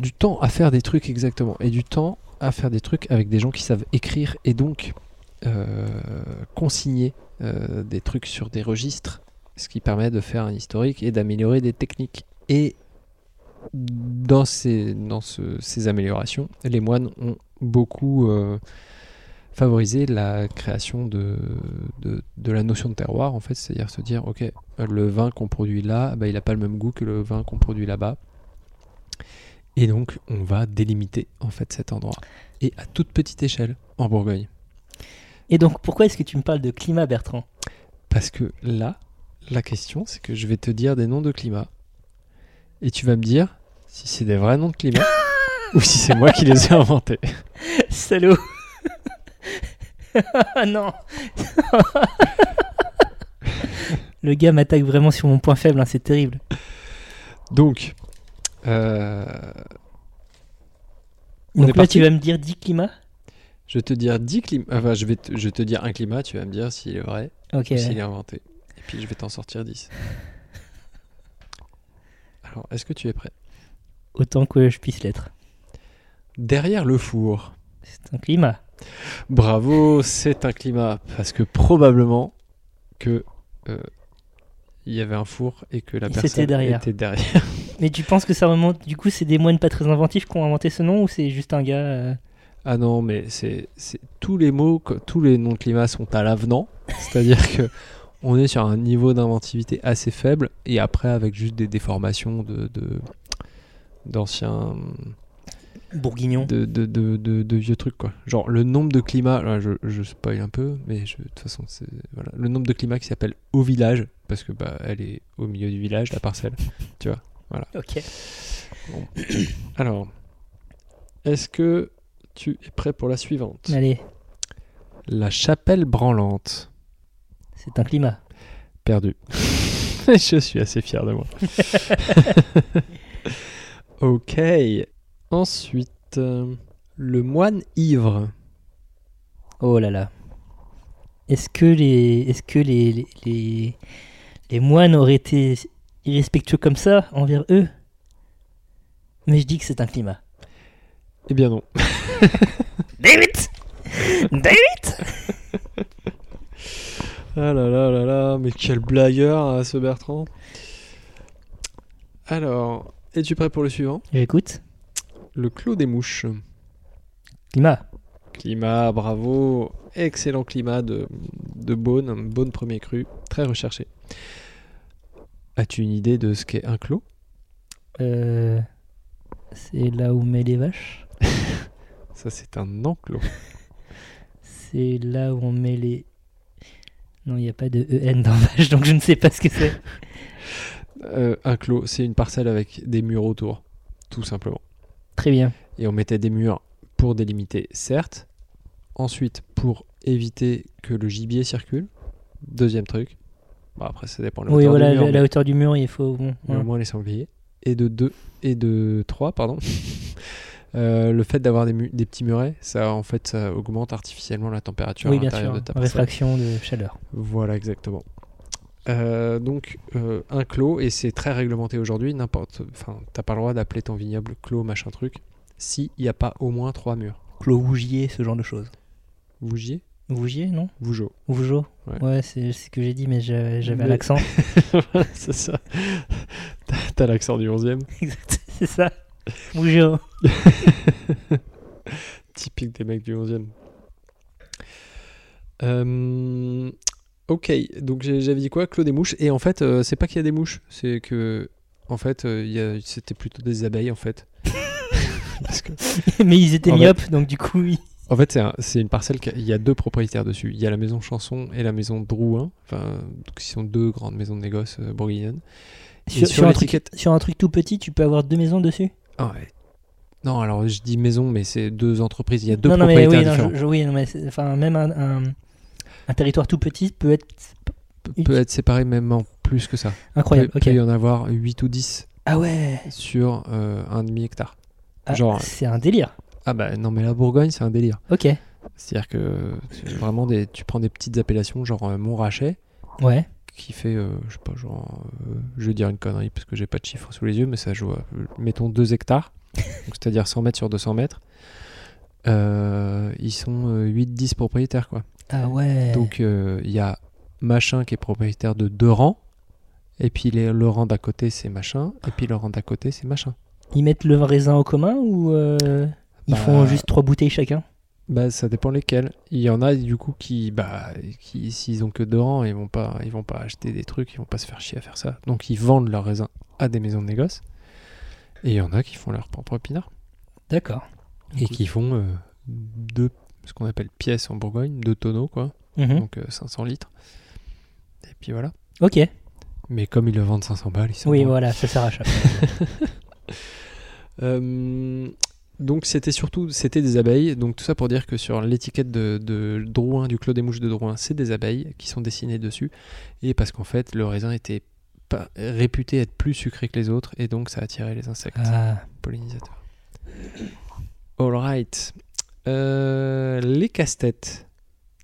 A: du temps à faire des trucs exactement, et du temps à faire des trucs avec des gens qui savent écrire et donc euh, consigner euh, des trucs sur des registres, ce qui permet de faire un historique et d'améliorer des techniques. Et dans ces, dans ce- ces améliorations, les moines ont beaucoup euh, favorisé la création de, de, de la notion de terroir, en fait, c'est-à-dire se dire, ok, le vin qu'on produit là, bah, il n'a pas le même goût que le vin qu'on produit là-bas. Et donc, on va délimiter en fait cet endroit. Et à toute petite échelle, en Bourgogne.
B: Et donc, pourquoi est-ce que tu me parles de climat, Bertrand
A: Parce que là, la question, c'est que je vais te dire des noms de climat. Et tu vas me dire si c'est des vrais noms de climat ou si c'est moi qui les ai inventés.
B: Salaud *laughs* Ah non Le gars m'attaque vraiment sur mon point faible, hein, c'est terrible.
A: Donc, euh, On est
B: Donc là,
A: parti.
B: tu vas me dire 10 climats
A: je vais te dire 10 climats. Enfin, je vais te, je vais te dire un climat, tu vas me dire s'il est vrai
B: Ok.
A: ou s'il est inventé. Et puis, je vais t'en sortir 10. Alors, est-ce que tu es prêt
B: Autant que je puisse l'être.
A: Derrière le four.
B: C'est un climat.
A: Bravo, c'est un climat. Parce que probablement que euh, il y avait un four et que la
B: Et c'était
A: personne
B: derrière.
A: était derrière. *laughs*
B: Mais tu penses que ça remonte. Du coup, c'est des moines pas très inventifs qui ont inventé ce nom ou c'est juste un gars. euh,
A: Ah non, mais c'est c'est- tous les mots, que- tous les noms de climat sont à l'avenant. C'est-à-dire que on est sur un niveau d'inventivité assez faible et après avec juste des déformations de de- d'anciens
B: Bourguignon.
A: de, de, de- de- de vieux trucs quoi. Genre le nombre de climats, là, je, je spoil un peu, mais je- de toute façon c'est voilà le nombre de climats qui s'appelle au village parce que bah elle est au milieu du village la parcelle, tu vois. Voilà.
B: Ok.
A: Bon. Alors, est-ce que tu es prêt pour la suivante
B: Allez,
A: La chapelle branlante.
B: c'est un climat.
A: Perdu. *laughs* je suis assez fier de moi. ok. Ensuite, euh, le moine ivre.
B: Oh là là. Est-ce que les, est-ce que les, les, les, les moines auraient été irrespectueux comme ça envers eux Mais je dis que c'est un climat.
A: Eh bien non.
B: David David
A: Ah là là là là, mais quel blagueur hein, ce Bertrand. Alors, es-tu prêt pour le suivant
B: J'écoute.
A: Le clos des mouches.
B: Climat.
A: Climat, bravo. Excellent climat de, de Beaune, un Beaune premier cru, très recherché. As-tu une idée de ce qu'est un clos
B: Euh, c'est là où on met les vaches.
A: Ça, c'est un enclos.
B: C'est là où on met les. Non, il n'y a pas de EN dans *laughs* vache, donc je ne sais pas ce que c'est.
A: Euh, un clos, c'est une parcelle avec des murs autour, tout simplement.
B: Très bien.
A: Et on mettait des murs pour délimiter, certes. Ensuite, pour éviter que le gibier circule. Deuxième truc. Bah, après, ça dépend de la
B: oui,
A: hauteur du
B: voilà,
A: mur,
B: la,
A: mais-
B: la hauteur du mur, il faut. Bon,
A: mais au
B: voilà.
A: moins les sangliers. Et de 2 et de 3, pardon. *laughs* Euh, le fait d'avoir des, mu- des petits murets, ça en fait ça augmente artificiellement la température
B: Oui,
A: à
B: bien
A: l'intérieur
B: sûr.
A: de ta parcelle.
B: Réfraction de chaleur.
A: Voilà exactement. Euh, donc euh, un clos et c'est très réglementé aujourd'hui. N'importe, enfin t'as pas le droit d'appeler ton vignoble clos machin truc si il n'y a pas au moins trois murs.
B: Clos Vougier, ce genre de choses.
A: Vougier,
B: Vougier, non
A: Vougeot.
B: Vougeot
A: Ouais.
B: Ouais, c'est c'est ce que j'ai dit, mais j'a- j'avais un
A: Mais- *laughs*
B: accent.
A: *laughs* c'est ça. T'as- T'as l'accent du 11e.
B: Exact, c'est ça. Vougeot.
A: Typique des mecs du 11e. Euh, ok, donc j'ai- j'avais dit quoi Clos des mouches. Et en fait, euh, c'est pas qu'il y a des mouches, c'est que. En fait, euh, il y a- c'était plutôt des abeilles en fait. Parce que-
B: *laughs* mais ils étaient
A: En fait-
B: myopes, donc du coup, ils-
A: en fait, c'est un- c'est une parcelle qui a- il y a deux propriétaires dessus. Il y a la maison Chanson et la maison Drouin, enfin, donc, qui sont deux grandes maisons de négoce euh, bourguignonnes. Et
B: sur,
A: sur
B: sur un truc,
A: l'étiquette-
B: sur un truc tout petit, tu peux avoir deux maisons dessus
A: Ah ouais. Non, alors je dis maison, mais c'est deux entreprises. Il y a deux
B: Non, non, mais
A: propriétaires
B: oui, non,
A: différents.
B: je- je- oui, non, mais c'est- enfin, même un, un- un territoire tout petit peut être
A: Pe- peut être séparé même en plus que ça.
B: incroyable.
A: peut,
B: ok.
A: peut y en avoir 8 ou 10
B: Ah ouais,
A: sur euh, un demi-hectare.
B: Ah,
A: Genre-
B: c'est un délire.
A: Ah bah non, mais la Bourgogne, c'est un délire.
B: Ok,
A: C'est-à-dire que tu- vraiment, des, tu prends des petites appellations, genre euh, Montrachet,
B: ouais.
A: qui fait, euh, je sais pas, genre, euh, je vais dire une connerie parce que j'ai pas de chiffres sous les yeux, mais ça joue, à, euh, mettons 2 hectares, donc c'est-à-dire 100 mètres sur 200 mètres. Euh, ils sont 8-10 propriétaires, quoi.
B: Ah ouais.
A: Donc euh, il y a machin qui est propriétaire de deux rangs, et puis les- le rang d'à côté, c'est machin, et puis le rang d'à côté, c'est machin.
B: Ils mettent le raisin en commun ou euh, ils
A: Bah,
B: font juste trois bouteilles chacun
A: Bah, ça dépend lesquels. Il y en a du coup qui, bah, qui s'ils ont que deux rangs, ils vont pas, ils vont pas acheter des trucs, ils vont pas se faire chier à faire ça. Donc ils vendent leurs raisins à des maisons de négoce. Et il y en a qui font leur propre pinard
B: D'accord.
A: et qui font euh, deux, ce qu'on appelle pièces en Bourgogne, deux tonneaux quoi,
B: Mhm.
A: donc euh, 500 litres. Et puis voilà.
B: Ok,
A: Mais comme ils le vendent 500 balles, ils sont
B: oui,
A: bons.
B: voilà, ça s'arrache.
A: *laughs*
B: après.
A: Euh, donc c'était surtout c'était des abeilles. Donc tout ça pour dire que sur l'étiquette de, de Drouin, du Clos des Mouches de Drouin, c'est des abeilles qui sont dessinées dessus. Et parce qu'en fait, le raisin était pas, réputé être plus sucré que les autres et donc ça attirait les insectes
B: Ah,
A: pollinisateurs. All right. Euh, les casse-têtes.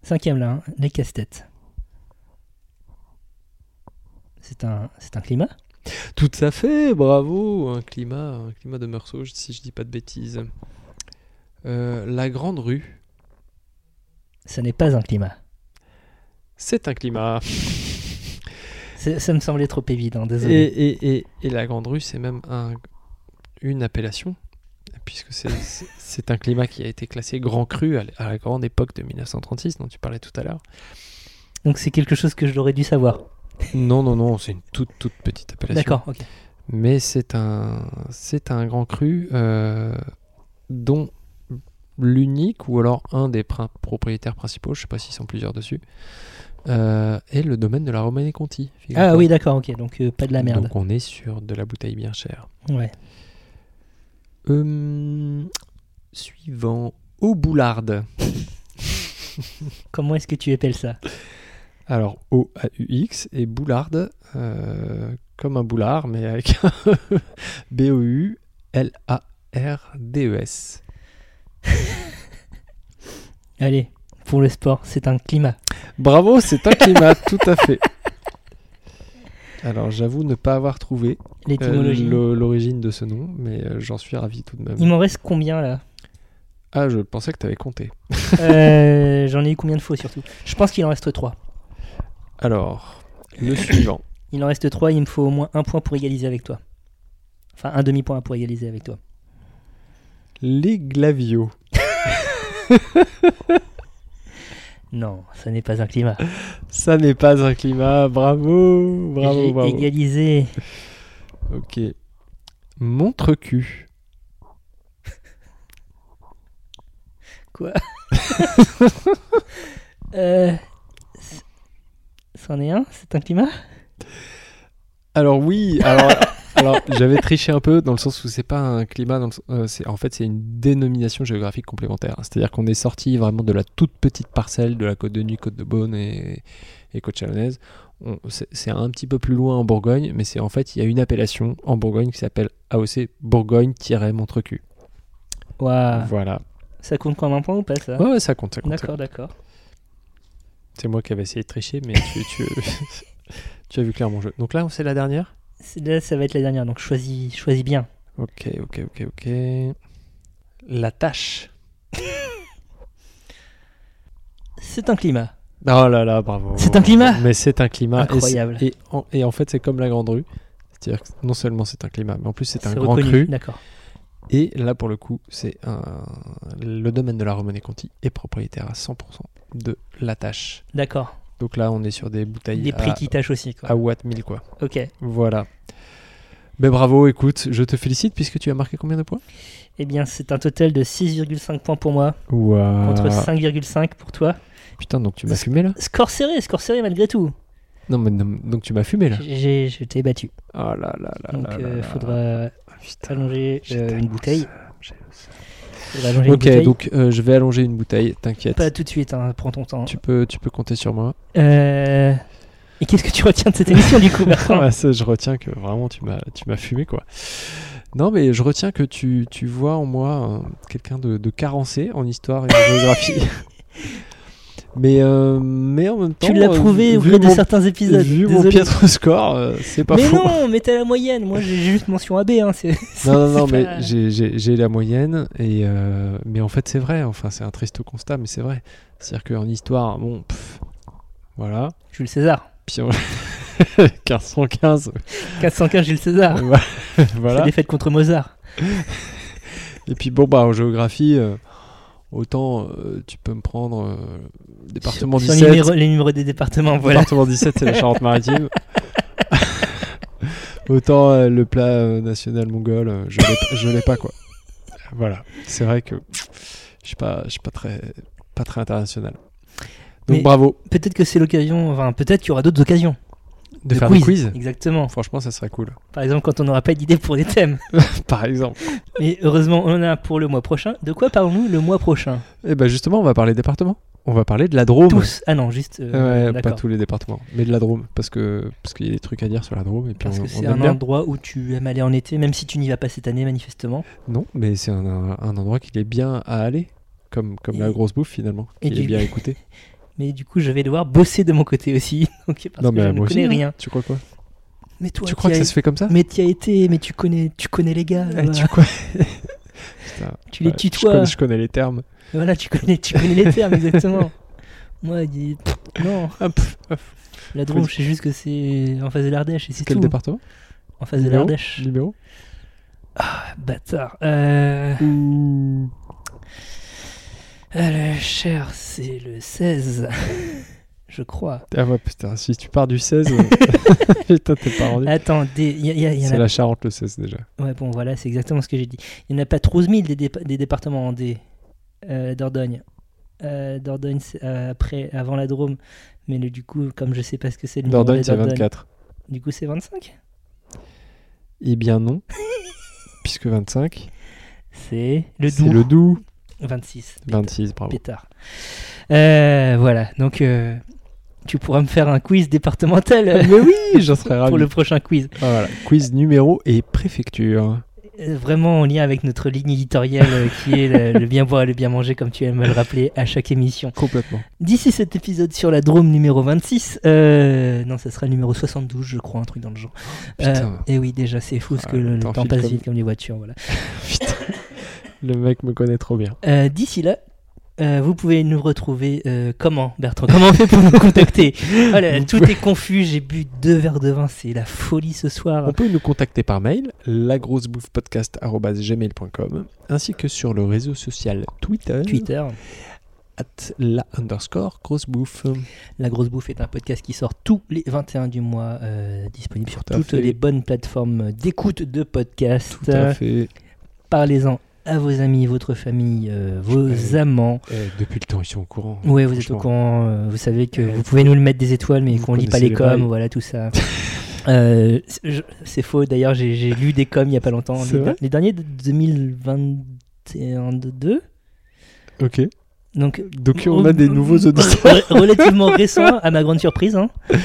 B: cinquième là, hein, les casse-têtes. C'est un, c'est un climat
A: Tout à fait, bravo. Un climat, un climat de Meursault, si je dis pas de bêtises. Euh, la Grande Rue,
B: Ce n'est pas un climat.
A: c'est un climat.
B: C'est- Ça me semblait trop évident,
A: Et,
B: désolé.
A: et- et- et la Grande Rue, c'est même un- une appellation, puisque c'est- c'est c'est un climat qui a été classé Grand Cru à l- à la grande époque de 1936, dont tu parlais tout à l'heure.
B: Donc c'est quelque chose que je l'aurais dû savoir.
A: Non, non, non, c'est une toute, toute petite appellation.
B: D'accord, ok.
A: mais c'est un c'est un grand cru euh, dont l'unique ou alors un des prin- propriétaires principaux, je sais pas s'ils sont plusieurs dessus, euh, est le domaine de la Romanée Conti.
B: Ah
A: figure-toi.
B: oui, d'accord, ok. Donc euh, pas de la merde.
A: Donc on est sur de la bouteille bien chère.
B: Ouais.
A: Hum, suivant, au Boularde.
B: Comment est-ce que tu appelles ça
A: Alors O-A-U-X et Boularde euh, comme un *laughs* boulard mais avec B-O-U-L-A-R-D-E-S.
B: Allez, pour le sport, c'est un climat.
A: Bravo, c'est un climat, tout à fait. Alors, j'avoue ne pas avoir trouvé euh,
B: L'étymologie.
A: l'o- l'origine de ce nom, mais euh, j'en suis ravi tout de même.
B: Il m'en reste combien là
A: Ah, je pensais que tu avais compté.
B: Euh, *laughs* J'en ai eu combien de faux surtout Je pense qu'il en reste 3.
A: Alors, le suivant.
B: Il en reste 3, il me faut au moins un point pour égaliser avec toi. Enfin, un demi-point pour égaliser avec toi.
A: Les glavios.
B: Non, ça n'est pas un climat.
A: Ça n'est pas un climat, bravo, bravo,
B: J'ai
A: bravo.
B: égalisé.
A: Ok. Montre-cul.
B: Quoi Euh. c- C'en est un C'est un climat
A: Alors oui, alors, alors j'avais triché un peu dans le sens où c'est pas un climat, dans le s- euh, c'est en fait c'est une dénomination géographique complémentaire. C'est-à-dire qu'on est sorti vraiment de la toute petite parcelle de la côte de Nuit, côte de Beaune et, et côte chalonnaise. On- C'est c'est un petit peu plus loin en Bourgogne, mais c'est en fait il y a une appellation en Bourgogne qui s'appelle AOC Bourgogne-Montrecu.
B: Waouh.
A: Voilà.
B: Ça compte comme un point ou pas ça
A: Ouais, ouais, ça compte, ça compte. ça
B: Ah. D'accord, d'accord.
A: compte. C'est moi qui avais essayé de tricher, mais tu, *laughs* tu- tu as vu clair mon jeu. Donc là, c'est la dernière.
B: C'est- Là, ça va être la dernière, donc choisis, choisis bien.
A: Ok, ok, ok, ok. La tâche.
B: C'est un climat.
A: Oh là là, bravo.
B: C'est un climat
A: Mais c'est un climat. Et c'est-
B: Incroyable.
A: Et, en, et en fait, c'est comme la Grande Rue. C'est-à-dire que non seulement c'est un climat, mais en plus c'est un
B: C'est
A: grand
B: reconnu.
A: cru.
B: D'accord.
A: Et là, pour le coup, c'est un... le domaine de la Romanée Conti est propriétaire à 100% de la tâche.
B: D'accord.
A: Donc là, on est sur des bouteilles
B: Des prix
A: à,
B: qui tâchent aussi. Quoi.
A: à Watt 1000, quoi.
B: Ok.
A: Voilà. Mais bravo, écoute, je te félicite puisque tu as marqué combien de points
B: Eh bien, c'est un total de 6,5 points pour moi
A: Ouah.
B: contre 5,5 pour toi.
A: Putain, donc tu m'as fumé là
B: Score serré, score serré malgré tout.
A: Non, mais non, donc tu m'as fumé là.
B: J'ai- j'ai- Je t'ai battu.
A: Oh là là là.
B: Donc,
A: là
B: il
A: là là.
B: faudra
A: Ah, putain.
B: allonger
A: j'ai
B: euh,
A: tellement
B: une bouteille.
A: ça, j'ai le seum.
B: Faudra
A: Ok,
B: allonger une bouteille.
A: donc euh, je vais allonger une bouteille, t'inquiète.
B: Pas tout de suite, hein, prends ton temps.
A: Tu peux, tu peux compter sur moi.
B: Euh, Et qu'est-ce que tu retiens de cette émission du coup, Bertrand
A: Ah, ça, je retiens que vraiment tu m'as, tu m'as fumé quoi. Non, mais je retiens que tu, tu vois en moi euh, quelqu'un de, de carencé en histoire et en
B: *laughs*
A: géographie. mais, euh, mais en même temps,
B: Tu l'as
A: euh,
B: prouvé au
A: vu
B: gré de
A: mon-
B: certains épisodes.
A: Vu mon
B: Désolé.
A: piètre score, euh, c'est pas
B: mais
A: faux.
B: non, mais t'as la moyenne. Moi, j'ai juste mention AB. Hein. c'est-
A: *laughs*
B: c'est-
A: Non, non, non,
B: c'est
A: mais
B: pas-
A: j'ai- j'ai j'ai la moyenne, et euh, mais en fait c'est vrai, enfin c'est un triste constat, mais c'est vrai. C'est-à-dire qu'en histoire, bon, pff, voilà.
B: Jules César.
A: Puis on... *laughs* 1515,
B: 415 Jules César.
A: *laughs*
B: C'est
A: voilà.
B: des fêtes contre Mozart.
A: Et puis bon, bah en géographie, euh, autant euh, tu peux me prendre euh, département
B: Sur
A: 17.
B: les numéros, les numéros des départements, voilà.
A: Département 17, c'est la Charente-Maritime. *laughs* autant euh, le plat euh, national mongol, euh, je l'ai- je l'ai pas quoi. Voilà, c'est vrai que je suis pas, je suis pas très, pas très international. Donc
B: Mais-
A: bravo
B: Peut-être que c'est l'occasion, enfin, peut-être qu'il y aura d'autres occasions.
A: de, faire des quiz.
B: Exactement.
A: Franchement, ça serait cool. *laughs*
B: Par exemple, quand on n'aura pas d'idée pour les thèmes.
A: Par exemple.
B: Mais heureusement, on en a pour le mois prochain. De quoi parlons-nous le mois prochain
A: Et ben justement, on va parler département. On va parler de la Drôme.
B: Tous. Ah non, juste. euh,
A: Oh, Ouais, pas
B: d'accord.
A: tous les départements, mais de la Drôme, parce que parce qu'il y a des trucs à dire sur la Drôme et puis
B: Parce
A: on,
B: que
A: on
B: c'est
A: aime
B: un
A: bien.
B: endroit où tu aimes aller en été, même si tu n'y vas pas cette année, manifestement.
A: Non, mais c'est un, un- un endroit qu'il est bien à aller, comme comme la
B: Et-
A: grosse bouffe finalement,
B: et
A: qu'il
B: du-
A: est bien à écouter.
B: Mais du coup, je vais devoir bosser de mon côté aussi. *laughs* donc, *laughs* parce que je ne
A: moi aussi,
B: connais
A: hein.
B: rien.
A: Tu crois quoi
B: Mais toi,
A: Tu crois
B: t'y
A: que
B: as-
A: ça se fait comme ça
B: Mais t'y as été, mais tu connais, tu connais les gars.
A: Eh, *laughs*
B: là-bas.
A: tu quoi Putain,
B: Tu les
A: ouais, je
B: tutoies.
A: connais- Je connais les termes.
B: *laughs* Voilà, tu connais, tu connais les
A: *laughs*
B: termes exactement. Moi, il dit, pff, non,
A: Ah, pff, pff.
B: la Drôme, je sais juste que c'est en face de l'Ardèche et c'est
A: Quel
B: tout.
A: département
B: En face de
A: Numéro
B: l'Ardèche. Ah,
A: Numéro
B: Bâtard. Euh...
A: Mmh.
B: Ah, le cher, c'est le 16, *laughs* je crois.
A: Ah ouais, putain, si tu pars du 16,
B: *laughs*
A: euh, putain, t'es pas rendu.
B: Attendez, Ah, il y, a- y a- y en
A: C'est
B: a
A: la Charente le 16 déjà.
B: Ouais, bon, voilà, c'est exactement ce que j'ai dit. Il n'y en a pas 12 000 des, dépa- des départements en D. Euh, Dordogne. Euh, Dordogne, c'est, euh, après, avant la Drôme. Mais le- du coup, comme je sais pas ce que c'est le numéro
A: Dordogne,
B: de
A: c'est
B: Dordogne,
A: 24.
B: Du coup, c'est 25
A: Eh bien
B: *laughs*
A: non, puisque 25,
B: C'est le
A: c'est
B: Doubs.
A: le Doubs.
B: 26.
A: 26, bravo.
B: Pétard. Euh, voilà, donc euh, tu pourras me faire un quiz
A: *laughs*
B: départemental euh,
A: Mais
B: *laughs*
A: oui, j'en serais ravi.
B: pour le prochain quiz.
A: Ah, voilà. Quiz numéro et préfecture.
B: Euh, Vraiment en lien avec notre ligne éditoriale euh, qui est le- le bien boire et le bien manger, comme tu aimes le rappeler à chaque émission.
A: Complètement.
B: D'ici cet épisode sur la Drôme numéro 26, euh, non, ça sera le numéro 72, je crois, un truc dans le genre.
A: Ah, putain.
B: et oui, déjà, c'est fou ce
A: Ah,
B: que le, le
A: t'en
B: temps
A: files
B: passe
A: comme-
B: vite comme les voitures. Voilà.
A: Putain, le mec me connaît trop bien.
B: Euh, D'ici là, euh, vous pouvez nous retrouver euh, comment, Bertrand Comment on fait
A: *laughs*
B: pour nous contacter Oh là là,
A: Vous
B: Tout
A: pouvez-
B: est confus, j'ai bu deux verres de vin, c'est la folie ce soir.
A: On peut nous contacter par mail, lagrossebouffepodcast.com, ainsi que sur le réseau social Twitter,
B: Twitter.
A: at la underscore grossebouffe.
B: La Grosse Bouffe est un podcast qui sort tous les 21 du mois, euh, disponible sur
A: Tout à
B: toutes
A: fait.
B: les bonnes plateformes d'écoute de podcasts.
A: Tout à fait.
B: Parlez-en à vos amis, votre famille, euh, vos
A: Euh,
B: amants.
A: Eh, depuis le temps, ils sont au courant.
B: Ouais, vous êtes au
A: franchement.
B: courant, euh, vous savez que
A: Euh,
B: vous pouvez nous le mettre des étoiles, mais
A: vous
B: qu'on lit pas
A: connaissez
B: les
A: les
B: coms,
A: bails.
B: voilà tout ça. *laughs* Euh, c'est- je- c'est faux, d'ailleurs, j'ai j'ai lu des coms il y a pas longtemps.
A: C'est
B: Les,
A: vrai
B: les derniers de 2021 2
A: Ok.
B: donc
A: Donc on a des
B: *laughs*
A: nouveaux auditeurs.
B: re- relativement récents, à ma grande surprise. hein.
A: Ok.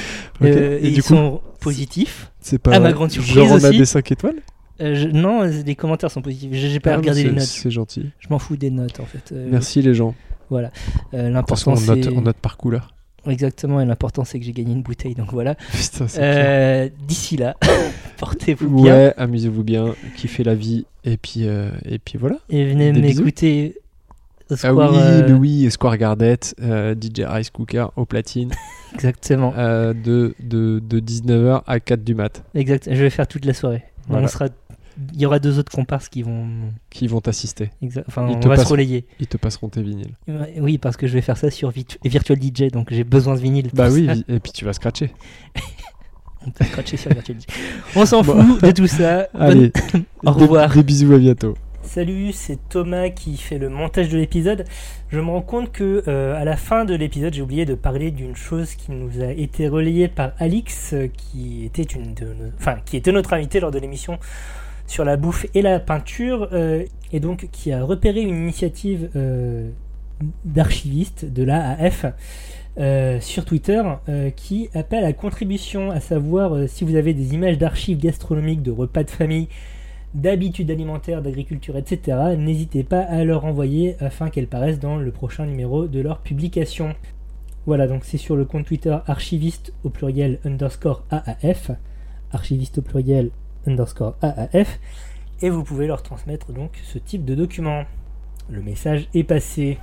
B: Euh,
A: Et
B: ils
A: du coup,
B: sont positifs.
A: c'est pas
B: à ma
A: vrai.
B: grande surprise
A: Genre on a
B: aussi.
A: des 5 étoiles
B: Euh, je- non, les commentaires sont positifs. J'ai j'ai pas
A: Ah,
B: regardé
A: c'est-
B: les notes.
A: C'est gentil.
B: Je m'en fous des notes en fait. Euh,
A: Merci les gens.
B: euh,
A: De toute façon,
B: L'important
A: on note,
B: c'est
A: on note par couleur. *laughs*
B: exactement et l'important c'est que j'ai gagné une bouteille. Donc voilà.
A: Putain, c'est clair.
B: Euh, D'ici là, *laughs* portez-vous bien.
A: Ouais, amusez-vous bien, kiffez la vie, et puis, euh, et puis voilà.
B: Et venez
A: Des bisous.
B: m'écouter au
A: Ah
B: square.
A: oui,
B: euh,
A: Louis, Square Gardette, euh, DJ Ice Cooker au platine,
B: Exactement.
A: euh, de, de, de 19h à 4 du mat,
B: Exact. Je vais faire toute la soirée. Donc,
A: Voilà.
B: On sera... Il y aura deux autres comparses qui vont.
A: qui vont t'assister.
B: exa- Enfin,
A: Ils
B: on
A: te
B: va se
A: passeront-
B: relayer.
A: Ils te passeront tes vinyles.
B: Ouais, Oui, parce que je vais faire ça sur Vit- Virtual DJ, donc j'ai besoin de vinyle. pour
A: Bah
B: ça. *laughs*
A: oui, vi- et puis tu vas scratcher.
B: On peut scratcher sur Virtual DJ. On s'en
A: Bon.
B: fout de tout ça. Bonne-
A: *laughs* Allez,
B: Au
A: des-
B: revoir.
A: des bisous, à bientôt.
B: Salut, c'est Thomas qui fait le montage de l'épisode. Je me rends compte que euh, à la fin de l'épisode, j'ai oublié de parler d'une chose qui nous a été relayée par Alix, euh, qui était une de nos- enfin qui était notre invitée lors de l'émission sur la bouffe et la peinture, euh, et donc qui a repéré une initiative euh, d'archivistes de l'AAF euh, sur Twitter euh, qui appelle à contribution, à savoir euh, si vous avez des images d'archives gastronomiques, de repas de famille d'habitudes alimentaires, d'agriculture, etc., n'hésitez pas à leur envoyer afin qu'elles paraissent dans le prochain numéro de leur publication. Voilà, donc c'est sur le compte Twitter archiviste au pluriel underscore AAF, archiviste au pluriel underscore AAF, et vous pouvez leur transmettre donc ce type de document. Le message est passé.